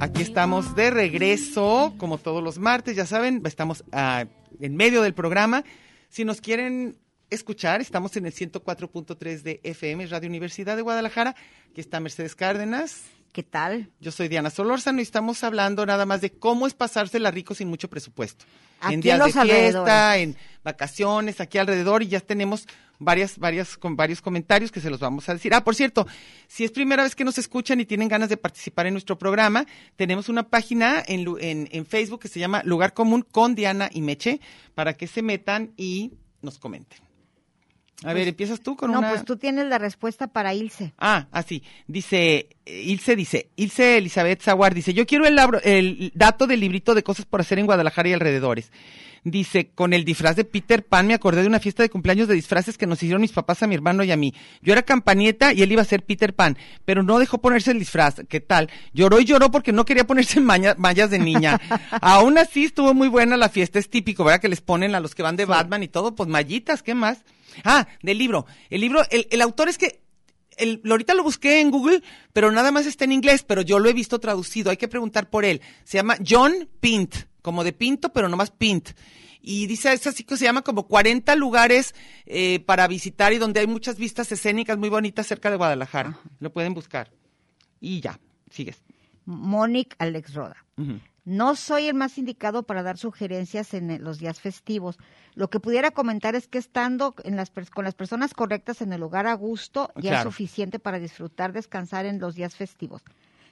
Aquí estamos de regreso, como todos los martes, ya saben, estamos ah, en medio del programa. Si nos quieren escuchar, estamos en el 104.3 de FM, Radio Universidad de Guadalajara. Aquí está Mercedes Cárdenas. ¿Qué tal? Yo soy Diana Solórzano y estamos hablando nada más de cómo es pasársela rico sin mucho presupuesto. Aquí en en días los de fiesta, alrededores. en vacaciones, aquí alrededor y ya tenemos varias, varias, con varios comentarios que se los vamos a decir. Ah, por cierto, si es primera vez que nos escuchan y tienen ganas de participar en nuestro programa, tenemos una página en, lu- en, en Facebook que se llama Lugar Común con Diana y Meche para que se metan y nos comenten. A ver, empiezas tú con Pues, no, una. pues tú tienes la respuesta para Ilse. Ah, así. Dice eh, Ilse dice, Ilse Elizabeth Zaguar dice, yo quiero el, labro- el dato del librito de cosas por hacer en Guadalajara y alrededores. Dice, con el disfraz de Peter Pan me acordé de una fiesta de cumpleaños de disfraces que nos hicieron mis papás a mi hermano y a mí. Yo era campanieta y él iba a ser Peter Pan, pero no dejó ponerse el disfraz. ¿Qué tal? Lloró y lloró porque no quería ponerse maña- mallas de niña. Aún así estuvo muy buena la fiesta, es típico, ¿verdad? Que les ponen a los que van de Batman y todo, pues mallitas, ¿qué más? Ah, del libro. El libro, el- el autor es que el- lo- ahorita lo busqué en Google, pero nada más está en inglés, pero yo lo he visto traducido. Hay que preguntar por él. Se llama John Pint, como de pinto, pero no más Pint. Y dice, es así que se llama como 40 lugares eh, para visitar y donde hay muchas vistas escénicas muy bonitas cerca de Guadalajara. Lo pueden buscar. Y ya, sigues. Mónica Alex Roda. No soy el más indicado para dar sugerencias en eh, los días festivos. Lo que pudiera comentar es que estando en las pers- con las personas correctas en el lugar a gusto ya es Claro. suficiente para disfrutar, descansar en los días festivos.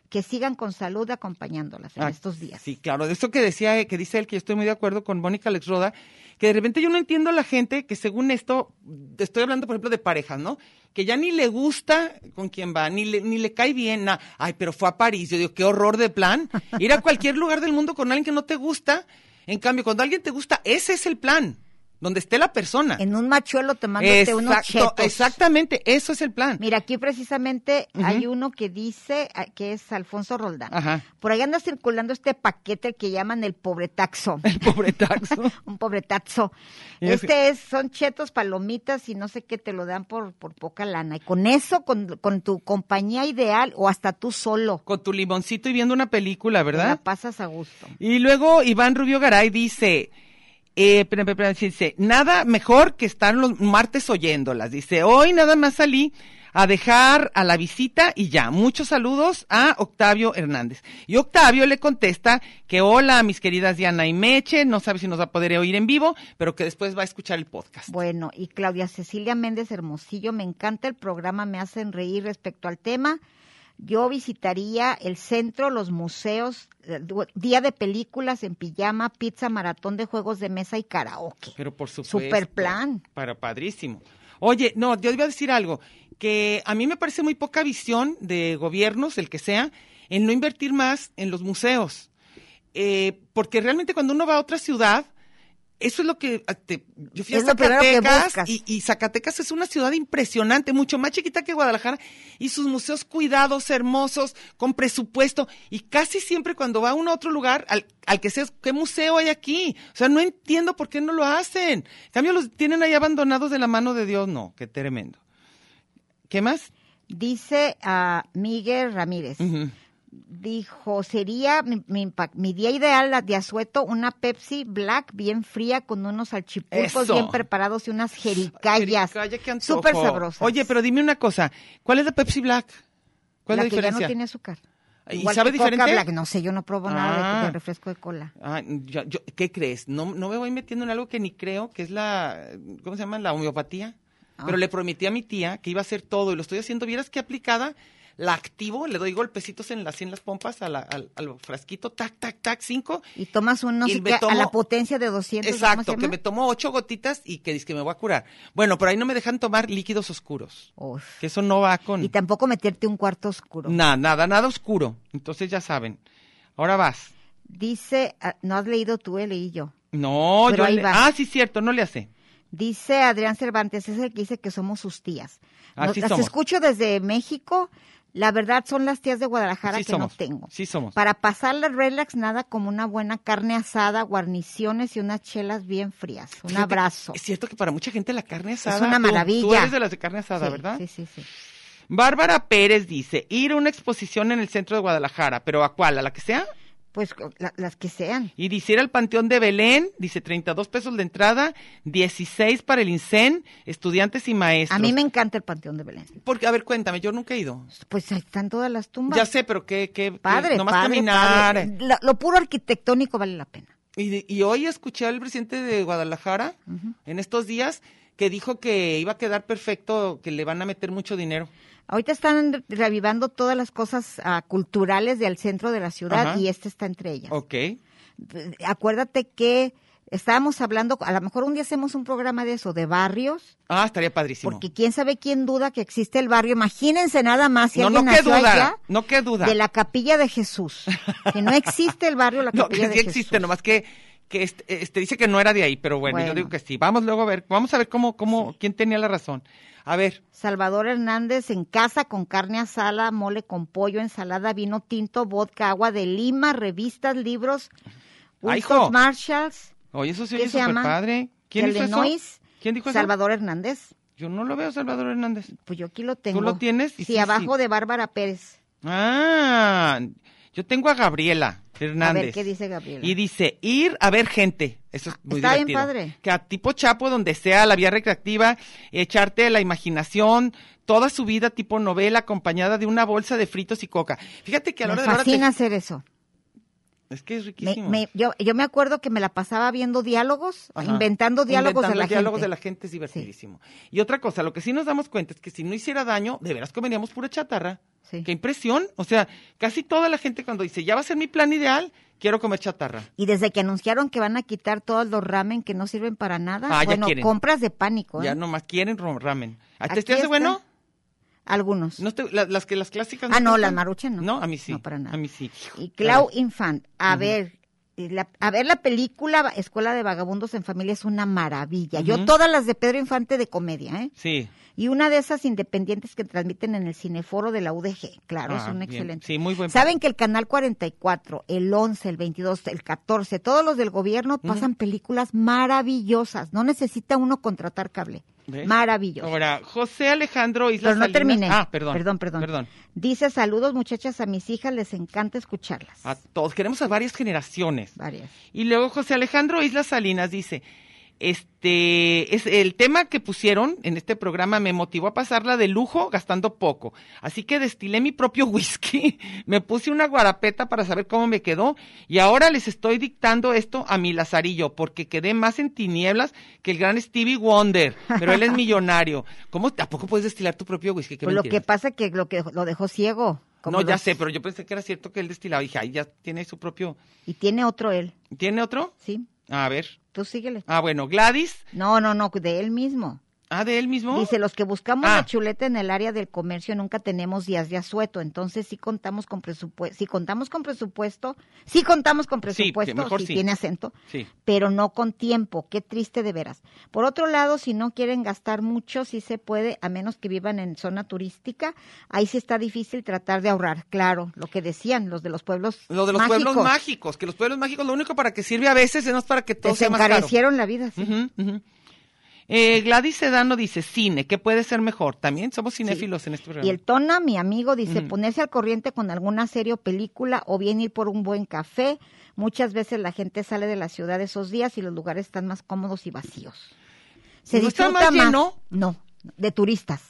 Que sigan con salud acompañándolas en Ah, estos días. Sí, claro. De esto que decía, eh, que dice él, que yo estoy muy de acuerdo con Mónica Alex Roda, que de repente yo no entiendo a la gente que según esto, estoy hablando por ejemplo de parejas, ¿no? Que ya ni le gusta con quién va, ni le, ni le cae bien, na- ay, pero fue a París, yo digo, qué horror de plan. Ir a cualquier lugar del mundo con alguien que no te gusta, en cambio, cuando alguien te gusta, ese es el plan, donde esté la persona. En un machuelo tomándote unos Exacto, chetos. exactamente, eso es el plan. Mira, aquí precisamente Ujú. hay uno que dice ah, que es Alfonso Roldán. Ajá. Por ahí anda circulando este paquete que llaman el pobre taxo. El pobre taxo. un pobretazo. Y es- Este es, son chetos, palomitas y no sé qué, te lo dan por, por poca lana. Y con eso, con, con tu compañía ideal o hasta tú solo, con tu limoncito y viendo una película, te ¿verdad? la pasas a gusto. Y luego Iván Rubio Garay dice, eh, espera, espera, espera, dice, nada mejor que estar los martes oyéndolas. Dice, hoy nada más salí a dejar a la visita y ya. Muchos saludos a Octavio Hernández. Y Octavio le contesta que hola, mis queridas Diana y Meche, no sabe si nos va a poder oír en vivo, pero que después va a escuchar el podcast. Bueno, y Claudia Cecilia Méndez Hermosillo, me encanta el programa, me hacen reír respecto al tema. Yo visitaría el centro, los museos, eh, du- día de películas en pijama, pizza, maratón de juegos de mesa y karaoke. Pero por supuesto. Super plan. Para padrísimo. Oye, no, yo iba a decir algo, que a mí me parece muy poca visión de gobiernos, el que sea, en no invertir más en los museos. Eh, porque realmente cuando uno va a otra ciudad, eso es lo que ah, te- yo fui a Es lo primero que Zacatecas buscas. y, y Zacatecas es una ciudad impresionante, mucho más chiquita que Guadalajara y sus museos cuidados, hermosos, con presupuesto y casi siempre cuando va uno a otro lugar, al, al que sea, ¿qué museo hay aquí? O sea, no entiendo por qué no lo hacen. En cambio, los tienen ahí abandonados de la mano de Dios, no, qué tremendo. ¿Qué más? Dice a Miguel Ramírez. Ujú. Dijo, sería mi, mi pa- mi día ideal la de asueto, una Pepsi Black bien fría con unos salchipulpos Eso. bien preparados y unas jericayas. Jericaya, qué antojo. Súper sabrosas. Oye, pero dime una cosa, ¿cuál es la Pepsi Black? ¿Cuál la es la diferencia? que ya no tiene azúcar. ¿Y Igual sabe que Coca diferente? Black. No sé, yo no probo nada de- de, Ah. refresco de cola. Ah, yo- yo- ¿Qué crees? No, no me voy metiendo en algo que ni creo, que es la, ¿cómo se llama? La homeopatía. Ah. Pero le prometí a mi tía que iba a hacer todo y lo estoy haciendo. Vieras que aplicada, la activo, le doy golpecitos en las, así en las pompas a la- al, al frasquito, tac, tac, tac, cinco. Y tomas un, no Y sé me qué, a la tomo- potencia de 200. ¿cómo Exacto, se que llama? me tomo ocho gotitas y que dice que me voy a curar. Bueno, por ahí no me dejan tomar líquidos oscuros, Uf. que eso no va con... Y tampoco meterte un cuarto oscuro. Nada, nada, nada oscuro. Entonces ya saben. Ahora vas. Dice, ah, no has leído tú, eh, leí yo. No, Pero yo... ahí le- vas. Ah, sí, cierto, no le hace. Dice Adrián Cervantes, es el que dice que somos sus tías. Ah, Nos- sí las somos. escucho desde México. La verdad son las tías de Guadalajara Sí que somos. no tengo. Sí somos. Para pasarla relax, nada como una buena carne asada, guarniciones y unas chelas bien frías. Un Fíjate, abrazo. Es cierto que para mucha gente la carne asada. una tú- Tú, maravilla. eres de las de carne asada, Sí, ¿verdad? Sí, sí, sí. Bárbara Pérez dice: ir a una exposición en el centro de Guadalajara, pero ¿a cuál? ¿A la que sea? Pues co- la- las que sean. Y dice ir al Panteón de Belén, dice 32 pesos de entrada, 16 para el INSEN, estudiantes y maestros. A mí me encanta el Panteón de Belén. Porque, a ver, cuéntame, yo nunca he ido. Pues ahí están todas las tumbas. Ya sé, pero qué, qué. qué- Padre, nomás padre, caminar. padre. Lo, lo puro arquitectónico vale la pena. Y, y hoy escuché al presidente de Guadalajara, en estos días, que dijo que iba a quedar perfecto, que le van a meter mucho dinero. Ahorita están reavivando todas las cosas ah, culturales del centro de la ciudad este Ajá. y esta está entre ellas. Ok. Acuérdate que Estábamos hablando, a lo mejor un día hacemos un programa de eso, de barrios, Ah, estaría padrísimo. porque quién sabe quién duda que existe el barrio. Imagínense nada más si no, no alguien qué nació duda, allá no qué duda. de la Capilla de Jesús. Que no existe el barrio La No, Capilla que de sí existe, Jesús. nomás que, que este, este dice que no era de ahí, pero bueno, yo Bueno. digo que sí. Vamos luego a ver, vamos a ver cómo, cómo, quién tenía la razón. A ver, Salvador Hernández en casa con carne asada, mole con pollo, ensalada, vino tinto, vodka, agua de Lima, revistas, libros, ¡Ay, Ah, hijo! Wilson Marshalls, oye, eso sí ¿Qué oye se súper llama? padre. ¿Quién de hizo eso? Illinois, ¿Quién dijo eso? Salvador Hernández. Yo no lo veo, Salvador Hernández. Pues yo aquí lo tengo. lo tienes? Y Sí, sí, abajo sí. de Bárbara Pérez. Ah, yo tengo a Gabriela Hernández. A ver qué dice Gabriela. Y dice, ir a ver gente. Eso es muy Está bien divertido. padre. Que a tipo Chapo, donde sea, la vía recreativa, echarte la imaginación, toda su vida tipo novela acompañada de una bolsa de fritos y coca. Fíjate que a la me hora de la hora te- fascina hacer eso. Es que es Me- riquísimo. me- yo, yo me acuerdo que me la pasaba viendo diálogos, Ajá. inventando diálogos de Inventando la diálogos gente. de la gente es divertidísimo. Y otra cosa, lo que sí nos damos cuenta es que si no hiciera daño, de veras comeríamos pura chatarra. Sí. Qué impresión. O sea, casi toda la gente cuando dice, ya va a ser mi plan ideal, quiero comer chatarra. Y desde que anunciaron que van a quitar todos los ramen que no sirven para nada, Ah, ya bueno, quieren. compras de pánico. ¿eh? Ya nomás quieren ro- ramen. ¿A ti Aquí te hace está. bueno? Algunos. No te- la- las que las clásicas. Ah, te no, gustan? las maruchan no. No, a mí sí. No, para nada. A mí sí. Y Clau A ver. Infant, a ver, y la- a ver la película Escuela de Vagabundos en Familia es una maravilla. Yo Ujú. todas las de Pedro Infante de comedia, ¿eh? Sí. Y una de esas independientes que transmiten en el cineforo de la UDG, claro, es Ah, un bien. excelente. Sí, muy buen- Saben que el canal 44, el 11, el 22, el 14, todos los del gobierno pasan películas maravillosas. No necesita uno contratar cable. ¿Ves? Maravilloso. Ahora, José Alejandro Pero Islas no Salinas- terminé. Ah, perdón. Perdón, perdón. Perdón. Dice saludos muchachas a mis hijas, les encanta escucharlas. A todos. Queremos a varias generaciones. Varias. Y luego José Alejandro Islas Salinas dice, este, es el tema que pusieron en este programa me motivó a pasarla de lujo gastando poco. Así que destilé mi propio whisky, me puse una guarapeta para saber cómo me quedó y ahora les estoy dictando esto a mi Lazarillo porque quedé más en tinieblas que el gran Stevie Wonder, pero él es millonario. ¿Cómo tampoco puedes destilar tu propio whisky? Qué Pues lo que mentiras. pasa que lo que lo dejó ciego. como no, ya los- sé, pero yo pensé que era cierto que él destilaba. Dije, ay, ya tiene su propio. Y tiene otro él, ¿Tiene otro? ¿sí? A ver. Tú síguele. Ah, bueno, Gladys. No, no, no, de él mismo. Ah, de él mismo. Dice, los que buscamos Ah. la chuleta en el área del comercio nunca tenemos días de asueto, entonces sí contamos con presupuesto, si contamos con presupuesto, sí contamos con Sí, que presupuesto, mejor si sí. tiene acento, Sí. pero no con tiempo, qué triste de veras. Por otro lado, si no quieren gastar mucho, sí se puede, a menos que vivan en zona turística, ahí sí está difícil tratar de ahorrar, claro, lo que decían los de los pueblos Lo de los mágicos, pueblos mágicos, que los pueblos mágicos lo único para que sirve a veces es no para que todo que se sea más caro. encarecieron la vida, sí. Ujú, ujú. Eh, Gladys Sedano dice cine, ¿qué puede ser mejor? También somos cinéfilos en este programa. Y el Tona, mi amigo, dice Ujú. ponerse al corriente con alguna serie o película o bien ir por un buen café. Muchas veces la gente sale de la ciudad esos días y los lugares están más cómodos y vacíos. Se ¿No está disfruta más más, lleno? no, de turistas.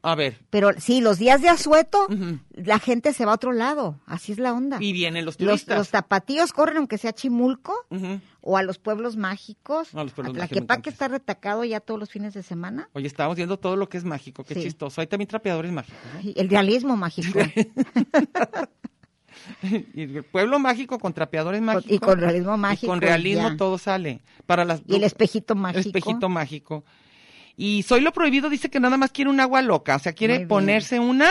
A ver, Pero sí, los días de asueto, Ujú. la gente se va a otro lado. Así es la onda. y vienen los Ah. los, turistas. los tapatíos corren aunque sea a Chimulco Ujú. o a los pueblos mágicos. A los pueblos mágicos, me Tlaquepaque encanta. está retacado ya todos los fines de semana. Oye, estábamos viendo todo lo que es mágico, qué Sí. chistoso. Hay también trapeadores mágicos. ¿eh? ¿no? Y El realismo mágico. Y el pueblo mágico con trapeadores mágicos. y con realismo Y mágico, con realismo ya. todo sale. Para las Y el espejito El mágico. espejito mágico. Y Soy lo prohibido dice que nada más quiere un agua loca, o sea, Muy quiere bien. ponerse una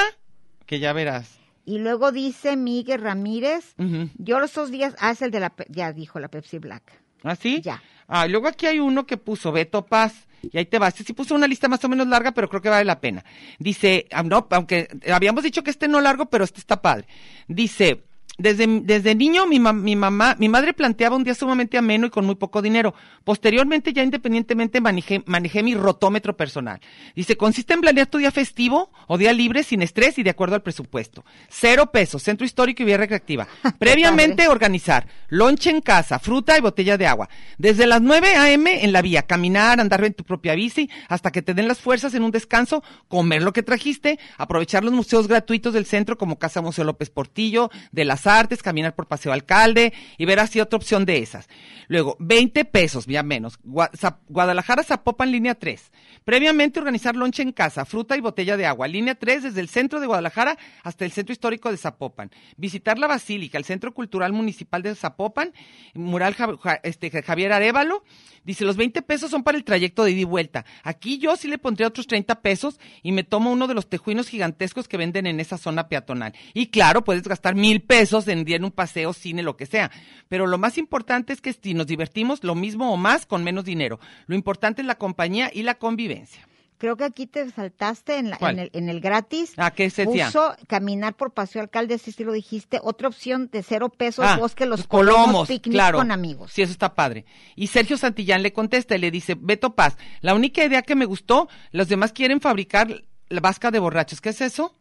que ya verás. Y luego dice Miguel Ramírez, Ujú. yo esos días, ah, es el de la, pe- ya dijo la Pepsi Black. ¿Ah, sí? Ya. Ah, y luego aquí hay uno que puso Beto Paz. Y ahí te vas. Sí puso una lista más o menos larga, pero creo que vale la pena. Dice, ah, no, aunque habíamos dicho que este no largo, pero este está padre. Dice, desde, desde niño mi, ma- mi mamá, mi madre planteaba un día sumamente ameno y con muy poco dinero. Posteriormente, ya independientemente, manejé, manejé mi rotómetro personal. Dice, consiste en planear tu día festivo o día libre sin estrés y de acuerdo al presupuesto. Cero pesos, centro histórico y vía recreativa. Previamente, padre. Importante organizar. Lonche en casa, fruta y botella de agua. Desde las 9 a.m. en la vía, caminar, andar en tu propia bici, hasta que te den las fuerzas en un descanso, comer lo que trajiste, aprovechar los museos gratuitos del centro como Casa Museo López Portillo, de las Artes, caminar por Paseo Alcalde y ver así otra opción de esas. Luego, 20 pesos, ya menos. Gua- Zap- Guadalajara Zapopan, línea 3. Previamente organizar lonche en casa, fruta y botella de agua. Línea 3 desde el centro de Guadalajara hasta el centro histórico de Zapopan. Visitar la Basílica, el Centro Cultural Municipal de Zapopan, mural Ja- Ja- este, Javier Arevalo. Dice, los 20 pesos son para el trayecto de ida y vuelta. Aquí yo sí le pondría otros 30 pesos y me tomo uno de los tejuinos gigantescos que venden en esa zona peatonal. Y claro, puedes gastar mil pesos en, en un paseo, cine, lo que sea. Pero lo más importante es que si nos divertimos, lo mismo o más con menos dinero. Lo importante es la compañía y la convivencia. Creo que aquí te saltaste en, la- ¿Cuál? en, el, en el gratis. Ah, ¿qué se decía? Puso caminar por Paseo Alcalde, así sí lo dijiste. Otra opción de cero pesos, Ah, bosque, los colomos, colomos, picnic claro. con amigos. Sí, eso está padre. Y Sergio Santillán le contesta y le dice, Beto Paz, la única idea que me gustó, los demás quieren fabricar la vasca de borrachos. ¿Qué es eso?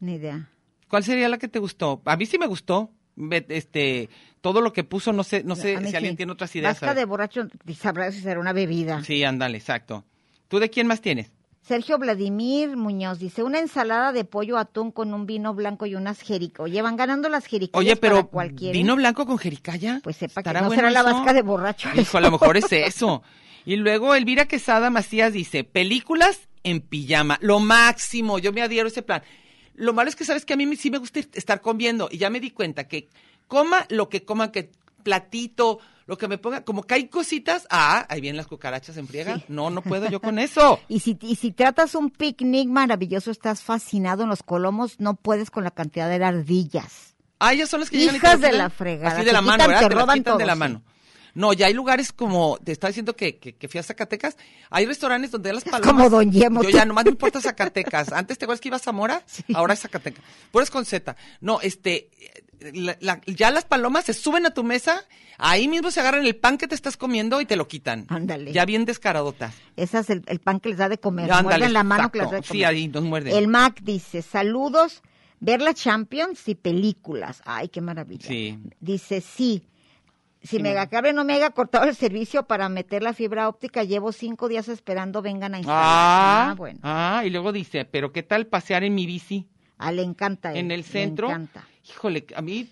Ni idea. ¿Cuál sería la que te gustó? A mí sí me gustó. Ve- Este, todo lo que puso, no sé, no sé A si mí alguien sí. tiene otras ideas. Vasca a de ver. borracho, sabrá si será una bebida. Sí, ándale, exacto. ¿Tú de quién más tienes? Sergio Vladimir Muñoz dice, una ensalada de pollo atún con un vino blanco y unas jericó. Llevan ganando las jericó. Oye, pero cualquier vino blanco con jericaya. ¿eh? Pues sepa que ¿Estará no bueno será la eso? vasca de borracho. Hijo, a lo mejor es eso. Y luego Elvira Quesada Macías dice, películas en pijama, lo máximo, yo me adhiero a ese plan. Lo malo es que sabes que a mí me- sí me gusta ir- estar comiendo y ya me di cuenta que coma lo que coma, que platito, lo que me ponga, como que hay cositas, ah, ahí vienen las cucarachas en friega. No, no puedo yo con eso. Y si, y si tratas un picnic maravilloso, estás fascinado en los colomos, no puedes con la cantidad de ardillas. Ah, ellas son las que llegan y te Hijas lo de quitan la fregada, Así te de la mano, quitan, ¿verdad? te Te, las roban quitan de todo, la sí. mano. No, ya hay lugares como, te estaba diciendo que, que, que fui a Zacatecas, hay restaurantes donde las palomas. como Don Guillermo, Yo tú. ya nomás me importa Zacatecas. Antes te acuerdas que iba a Zamora, ahora es Zacatecas. Puras con Z. No, este, la- la- ya las palomas se suben a tu mesa, ahí mismo se agarran el pan que te estás comiendo y te lo quitan. Ándale. Ya bien descaradotas. Esa es el, el pan que les da de comer. Ándale, Muerden la mano que les exacto. da de comer. Sí, ahí nos muerden. El Mac dice, saludos, ver la Champions y películas. Ay, qué maravilla. Sí. Dice, sí. Si Megacable no me haya cortado el servicio para meter la fibra óptica, llevo cinco días esperando vengan a instalar. Ah, bueno. ah, y luego dice, pero ¿qué tal pasear en mi bici? Ah, le encanta. él, en el le centro. encanta. Híjole, a mí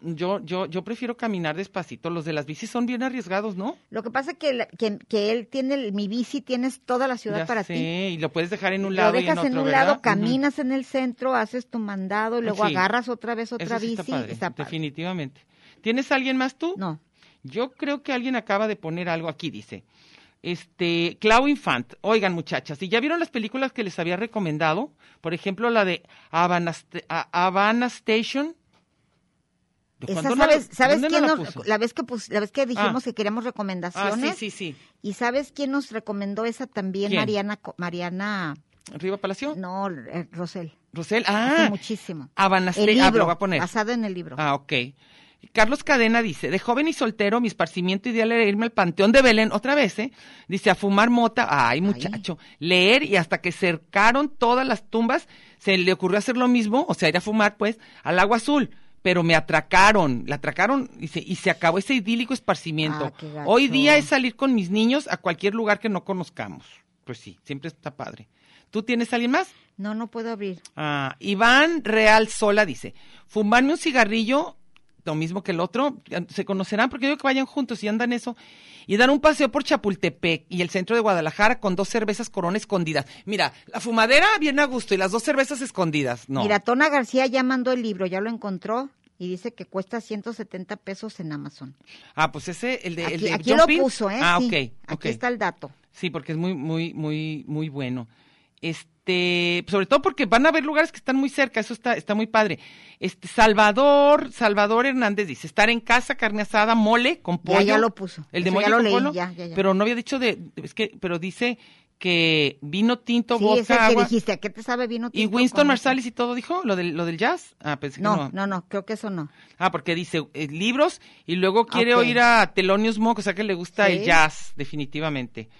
yo yo yo prefiero caminar despacito. Los de las bicis son bien arriesgados, ¿no? Lo que pasa es que, la- que, que él tiene, el- mi bici, tienes toda la ciudad Ya para sé, ti. y lo puedes dejar en un lo lado y en dejas otro, en, un ¿verdad? lado, Ujú. caminas en el centro, haces tu mandado, luego Sí. agarras otra vez otra Eso sí bici. está padre, está padre. definitivamente. ¿Tienes alguien más tú? No. Yo creo que alguien acaba de poner algo aquí, dice. Este, Clau Infant. Oigan, muchachas, si ya vieron las películas que les había recomendado, por ejemplo, la de Havana, St- a- Havana Station. ¿De Esa, cuándo no la- ¿sabes, sabes dónde no quién la nos- puso? la vez que pus- la vez que dijimos Ah. que queríamos Ah, recomendaciones sí, sí, sí. y sabes quién nos recomendó esa también ¿Quién? Mariana Co- Mariana Riva Palacio. no eh, Rosel Rosel, hace ah, muchísimo Habana el Station, ah, libro lo voy a poner. basado en el libro Ah, ok. Carlos Cadena dice, de joven y soltero, mi esparcimiento ideal era irme al Panteón de Belén, otra vez, ¿eh? Dice, a fumar mota, ay muchacho, leer y hasta que cercaron todas las tumbas, se le ocurrió hacer lo mismo, o sea, ir a fumar, pues, al agua azul, pero me atracaron, la atracaron dice, y se acabó ese idílico esparcimiento. Ah, qué gacho. Hoy día es salir con mis niños a cualquier lugar que no conozcamos. Pues sí, siempre está padre. ¿Tú tienes a alguien más? no no puedo abrir Ah, Iván Real Sola dice, fumarme un cigarrillo, lo mismo que el otro, se conocerán porque yo digo que vayan juntos y andan eso, y dar un paseo por Chapultepec y el centro de Guadalajara con dos cervezas corona escondidas. Mira, la fumadera bien a gusto y las dos cervezas escondidas, no. mira Tona García ya mandó el libro ya lo encontró y dice que cuesta 170 pesos en Amazon Ah, pues ese, el de... el aquí, de aquí John lo Peel. puso eh Ah, sí. ok, aquí ok. está el dato Sí, porque es muy, muy, muy, muy bueno. Este, sobre todo porque van a haber lugares que están muy cerca, eso está, está muy padre. Este, Salvador, Salvador Hernández dice, estar en casa, carne asada, mole con Ya, pollo. ya lo puso. El de Eso mole ya lo con leí, pollo, ya, ya, ya. Pero no había dicho de, es que, pero dice que vino tinto, sí vodka, es el que agua. dijiste a qué te sabe vino Y tinto Winston con- Marsalis y todo dijo, lo del, lo del jazz. Ah, pensé que no no no creo que eso no Ah, porque dice eh, libros y luego quiere Ah, Ok. oír a Telonius Monk, o sea que le gusta el Sí. jazz, definitivamente.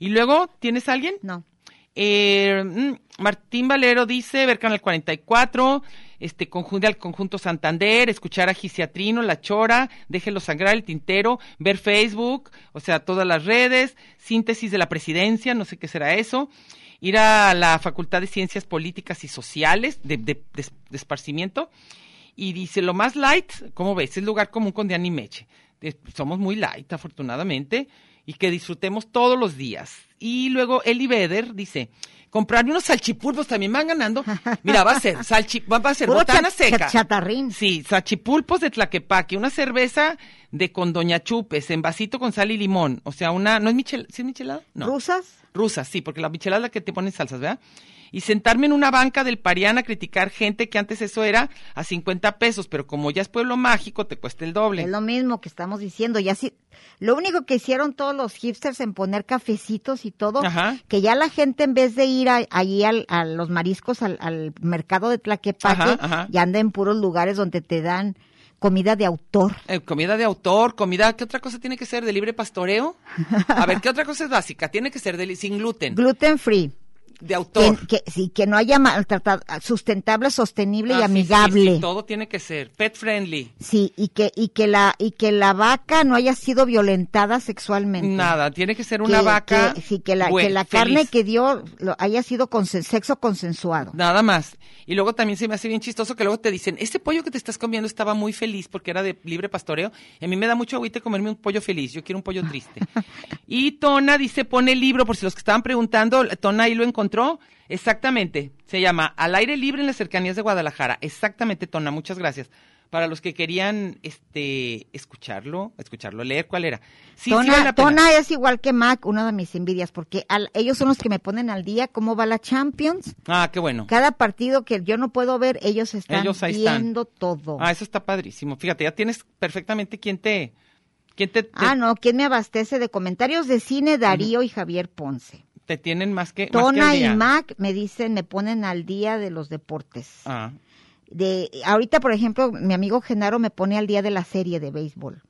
Y luego, ¿tienes a alguien? no Eh, mm, Martín Valero dice, ver Canal 44, este, conjunte al Conjunto Santander, escuchar a Gisiatrino, La Chora, Déjelo Sangrar, El Tintero, ver Facebook, o sea, todas las redes, síntesis de la presidencia, no sé qué será eso, ir a la Facultad de Ciencias Políticas y Sociales de, de- de- de esparcimiento, y dice, lo más light, ¿cómo ves? Es lugar común con Diana y Meche. Es- Somos muy light, afortunadamente, y que disfrutemos todos los días. Y luego Eli Beder dice, comprar unos salchipulpos también van ganando. Mira, va a ser, salchi, va, va a ser Puro botana cha- seca. cha- chatarrín. Sí, salchipulpos de Tlaquepaque, una cerveza de con Doña Chupes, en vasito con sal y limón. O sea, una, ¿no es michel, ¿sí es michelada? No. ¿Rusas? Rusas, sí, porque la michelada es la que te ponen salsas, ¿verdad? Y sentarme en una banca del Parián a criticar gente que antes eso era a 50 pesos, pero como ya es pueblo mágico, te cuesta el doble. Es lo mismo que estamos diciendo. Ya sí, lo único que hicieron todos los hipsters en poner cafecitos y todo, Ajá. que ya la gente en vez de ir a- allí al- a los mariscos, al, al mercado de Tlaquepaque, Ajá, ajá. ya anda en puros lugares donde te dan comida de autor. Eh, comida de autor, comida, ¿qué otra cosa tiene que ser? ¿De libre pastoreo? A ver, ¿qué otra cosa es básica? Tiene que ser de li- sin gluten, Gluten free. de autor. Que, que, sí, que no haya maltratado, sustentable, sostenible y Ah, sí, sí, sí, amigable. sí, todo tiene que ser pet friendly. Sí, y que y que la y que la vaca no haya sido violentada sexualmente. Nada, tiene que ser Que- una vaca. que- sí, que la, bue- que la feliz. carne que dio lo- haya sido con sexo consensuado. Nada más. Y luego también se me hace bien chistoso que luego te dicen, este pollo que te estás comiendo estaba muy feliz porque era de libre pastoreo. Y a mí me da mucho agüite comerme un pollo feliz. Yo quiero un pollo triste. y Tona dice, pone el libro, por si los que estaban preguntando, Tona ahí lo encontró. Exactamente. Se llama Al aire libre en las cercanías de Guadalajara. Exactamente, Tona. Muchas gracias. Para los que querían este escucharlo, escucharlo, leer cuál era. Sí, sí Tona, vale la pena. Tona es igual que Mac, una de mis envidias, porque al- ellos son los que me ponen al día cómo va la Champions. Ah, qué bueno. Cada partido que yo no puedo ver, ellos están Ellos ahí están. viendo todo. Ah, eso está padrísimo. Fíjate, ya tienes perfectamente quién te, quién te, te- Ah, no, ¿quién me abastece de comentarios de cine? Darío y Javier Ponce. te tienen Eh, más que más que Tona al y día. Mac me dicen, me ponen al día de los deportes. Ah, de ahorita por ejemplo mi amigo Genaro me pone al día de la serie de béisbol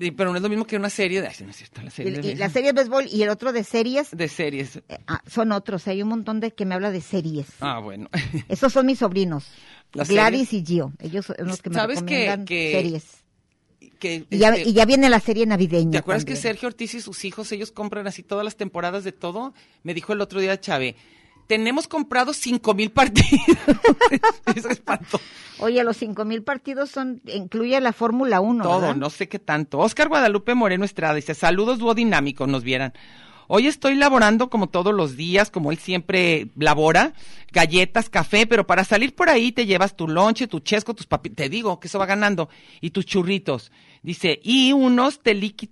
y- pero no es lo mismo que una serie de, ay, sí, no es cierto, la Y- serie de, y la serie de béisbol y el otro de series de series. eh, ah, son otros hay un montón de que me habla de series Ah, bueno. esos son mis sobrinos Las Gladys y Gio ellos son los que me ¿Sabes que- recomiendan que- series Que, y ya, este, y ya viene la serie navideña ¿Te acuerdas que también. Sergio Ortiz y sus hijos, ellos compran así todas las temporadas de todo? Me dijo el otro día Chávez, tenemos comprado cinco mil partidos. Eso espanto. oye los cinco mil partidos son incluye la Fórmula 1 Todo, ¿verdad? no sé qué tanto. Oscar Guadalupe Moreno Estrada dice, saludos dúo dinámico, nos vieran. Hoy estoy laborando como todos los días, como él siempre labora, galletas, café, pero para salir por ahí te llevas tu lonche, tu chesco, tus papitas, te digo que eso va ganando, y tus churritos. Dice, y unos teliqui-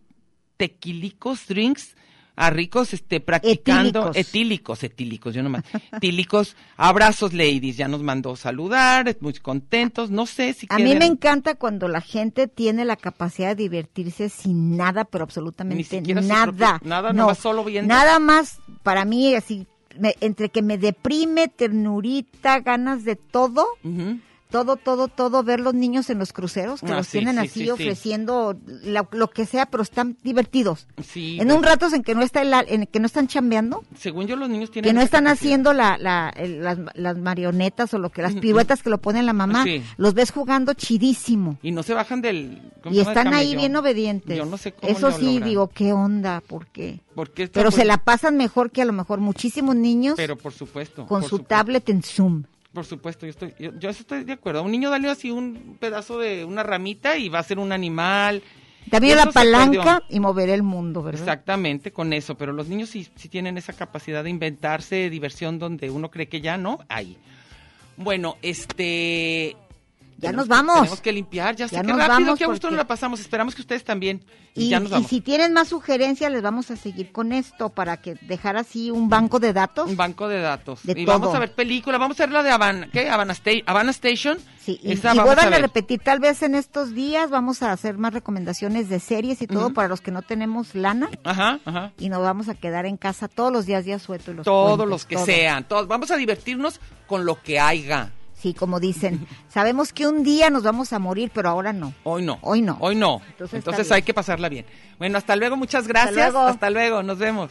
tequilicos drinks a ricos, este, practicando, Etílicos. etílicos, etílicos, yo nomás, etílicos, abrazos ladies, ya nos mandó saludar, muy contentos, no sé si a mí me quieren- encanta cuando la gente tiene la capacidad de divertirse sin nada, pero Ni absolutamente siquiera sus nada. propios- nada, no, nomás solo viendo. Nada más para mí así me- entre que me deprime, ternurita, ganas de todo, Ujú. todo, todo, todo, ver los niños en los cruceros que Ah, los sí, tienen sí, así sí, sí. ofreciendo la- lo que sea, pero están divertidos. Sí, en pues, un rato en que no está el al- en que no están chambeando, según yo los niños tienen que no esa están capacidad. haciendo la, la- el- las, las marionetas o lo que las piruetas que lo pone la mamá, Sí. los ves jugando chidísimo. y no se bajan del ¿cómo Y se llama? del están ahí camellón. bien obedientes. Yo no sé cómo Eso lo sí, logran. digo, ¿qué onda? ¿Por qué? Porque esto- Pero por- se la pasan mejor que a lo mejor muchísimos niños pero por supuesto, con por su supuesto, tablet en Zoom. Por supuesto, yo estoy yo, yo estoy de acuerdo. A un niño dale así un pedazo de una ramita y va a ser un animal. También Eso la se palanca perdió. y mover el mundo, ¿verdad? Exactamente, con eso, pero los niños sí, sí tienen esa capacidad de inventarse diversión donde uno cree que ya no hay. Bueno, este Ya tenemos nos que- vamos. Tenemos que limpiar, ya, sé Ya qué nos rápido, vamos qué gusto porque- nos la pasamos. Esperamos que ustedes también. Y, Y, ya nos y vamos. si tienen más sugerencias, les vamos a seguir con esto para que dejar así un banco de datos. Un banco de datos. De y todo. vamos a ver película, vamos a ver la de Havana, ¿qué? Havana, Sta- Havana Station. Sí, y, Esa y vamos vuelvan a, ver. repetir, tal vez en estos días vamos a hacer más recomendaciones de series y todo para los que no tenemos lana Ajá, ajá. y nos vamos a quedar en casa todos los días, días suelto y los Todos puentes, los que todo. sean, todos. Vamos a divertirnos con lo que haya. Sí, como dicen, sabemos que un día nos vamos a morir, pero ahora no. Hoy no. Hoy no. Hoy no. Entonces Entonces, está hay bien. que pasarla bien. Bueno, hasta luego, muchas gracias. luego. hasta luego nos vemos.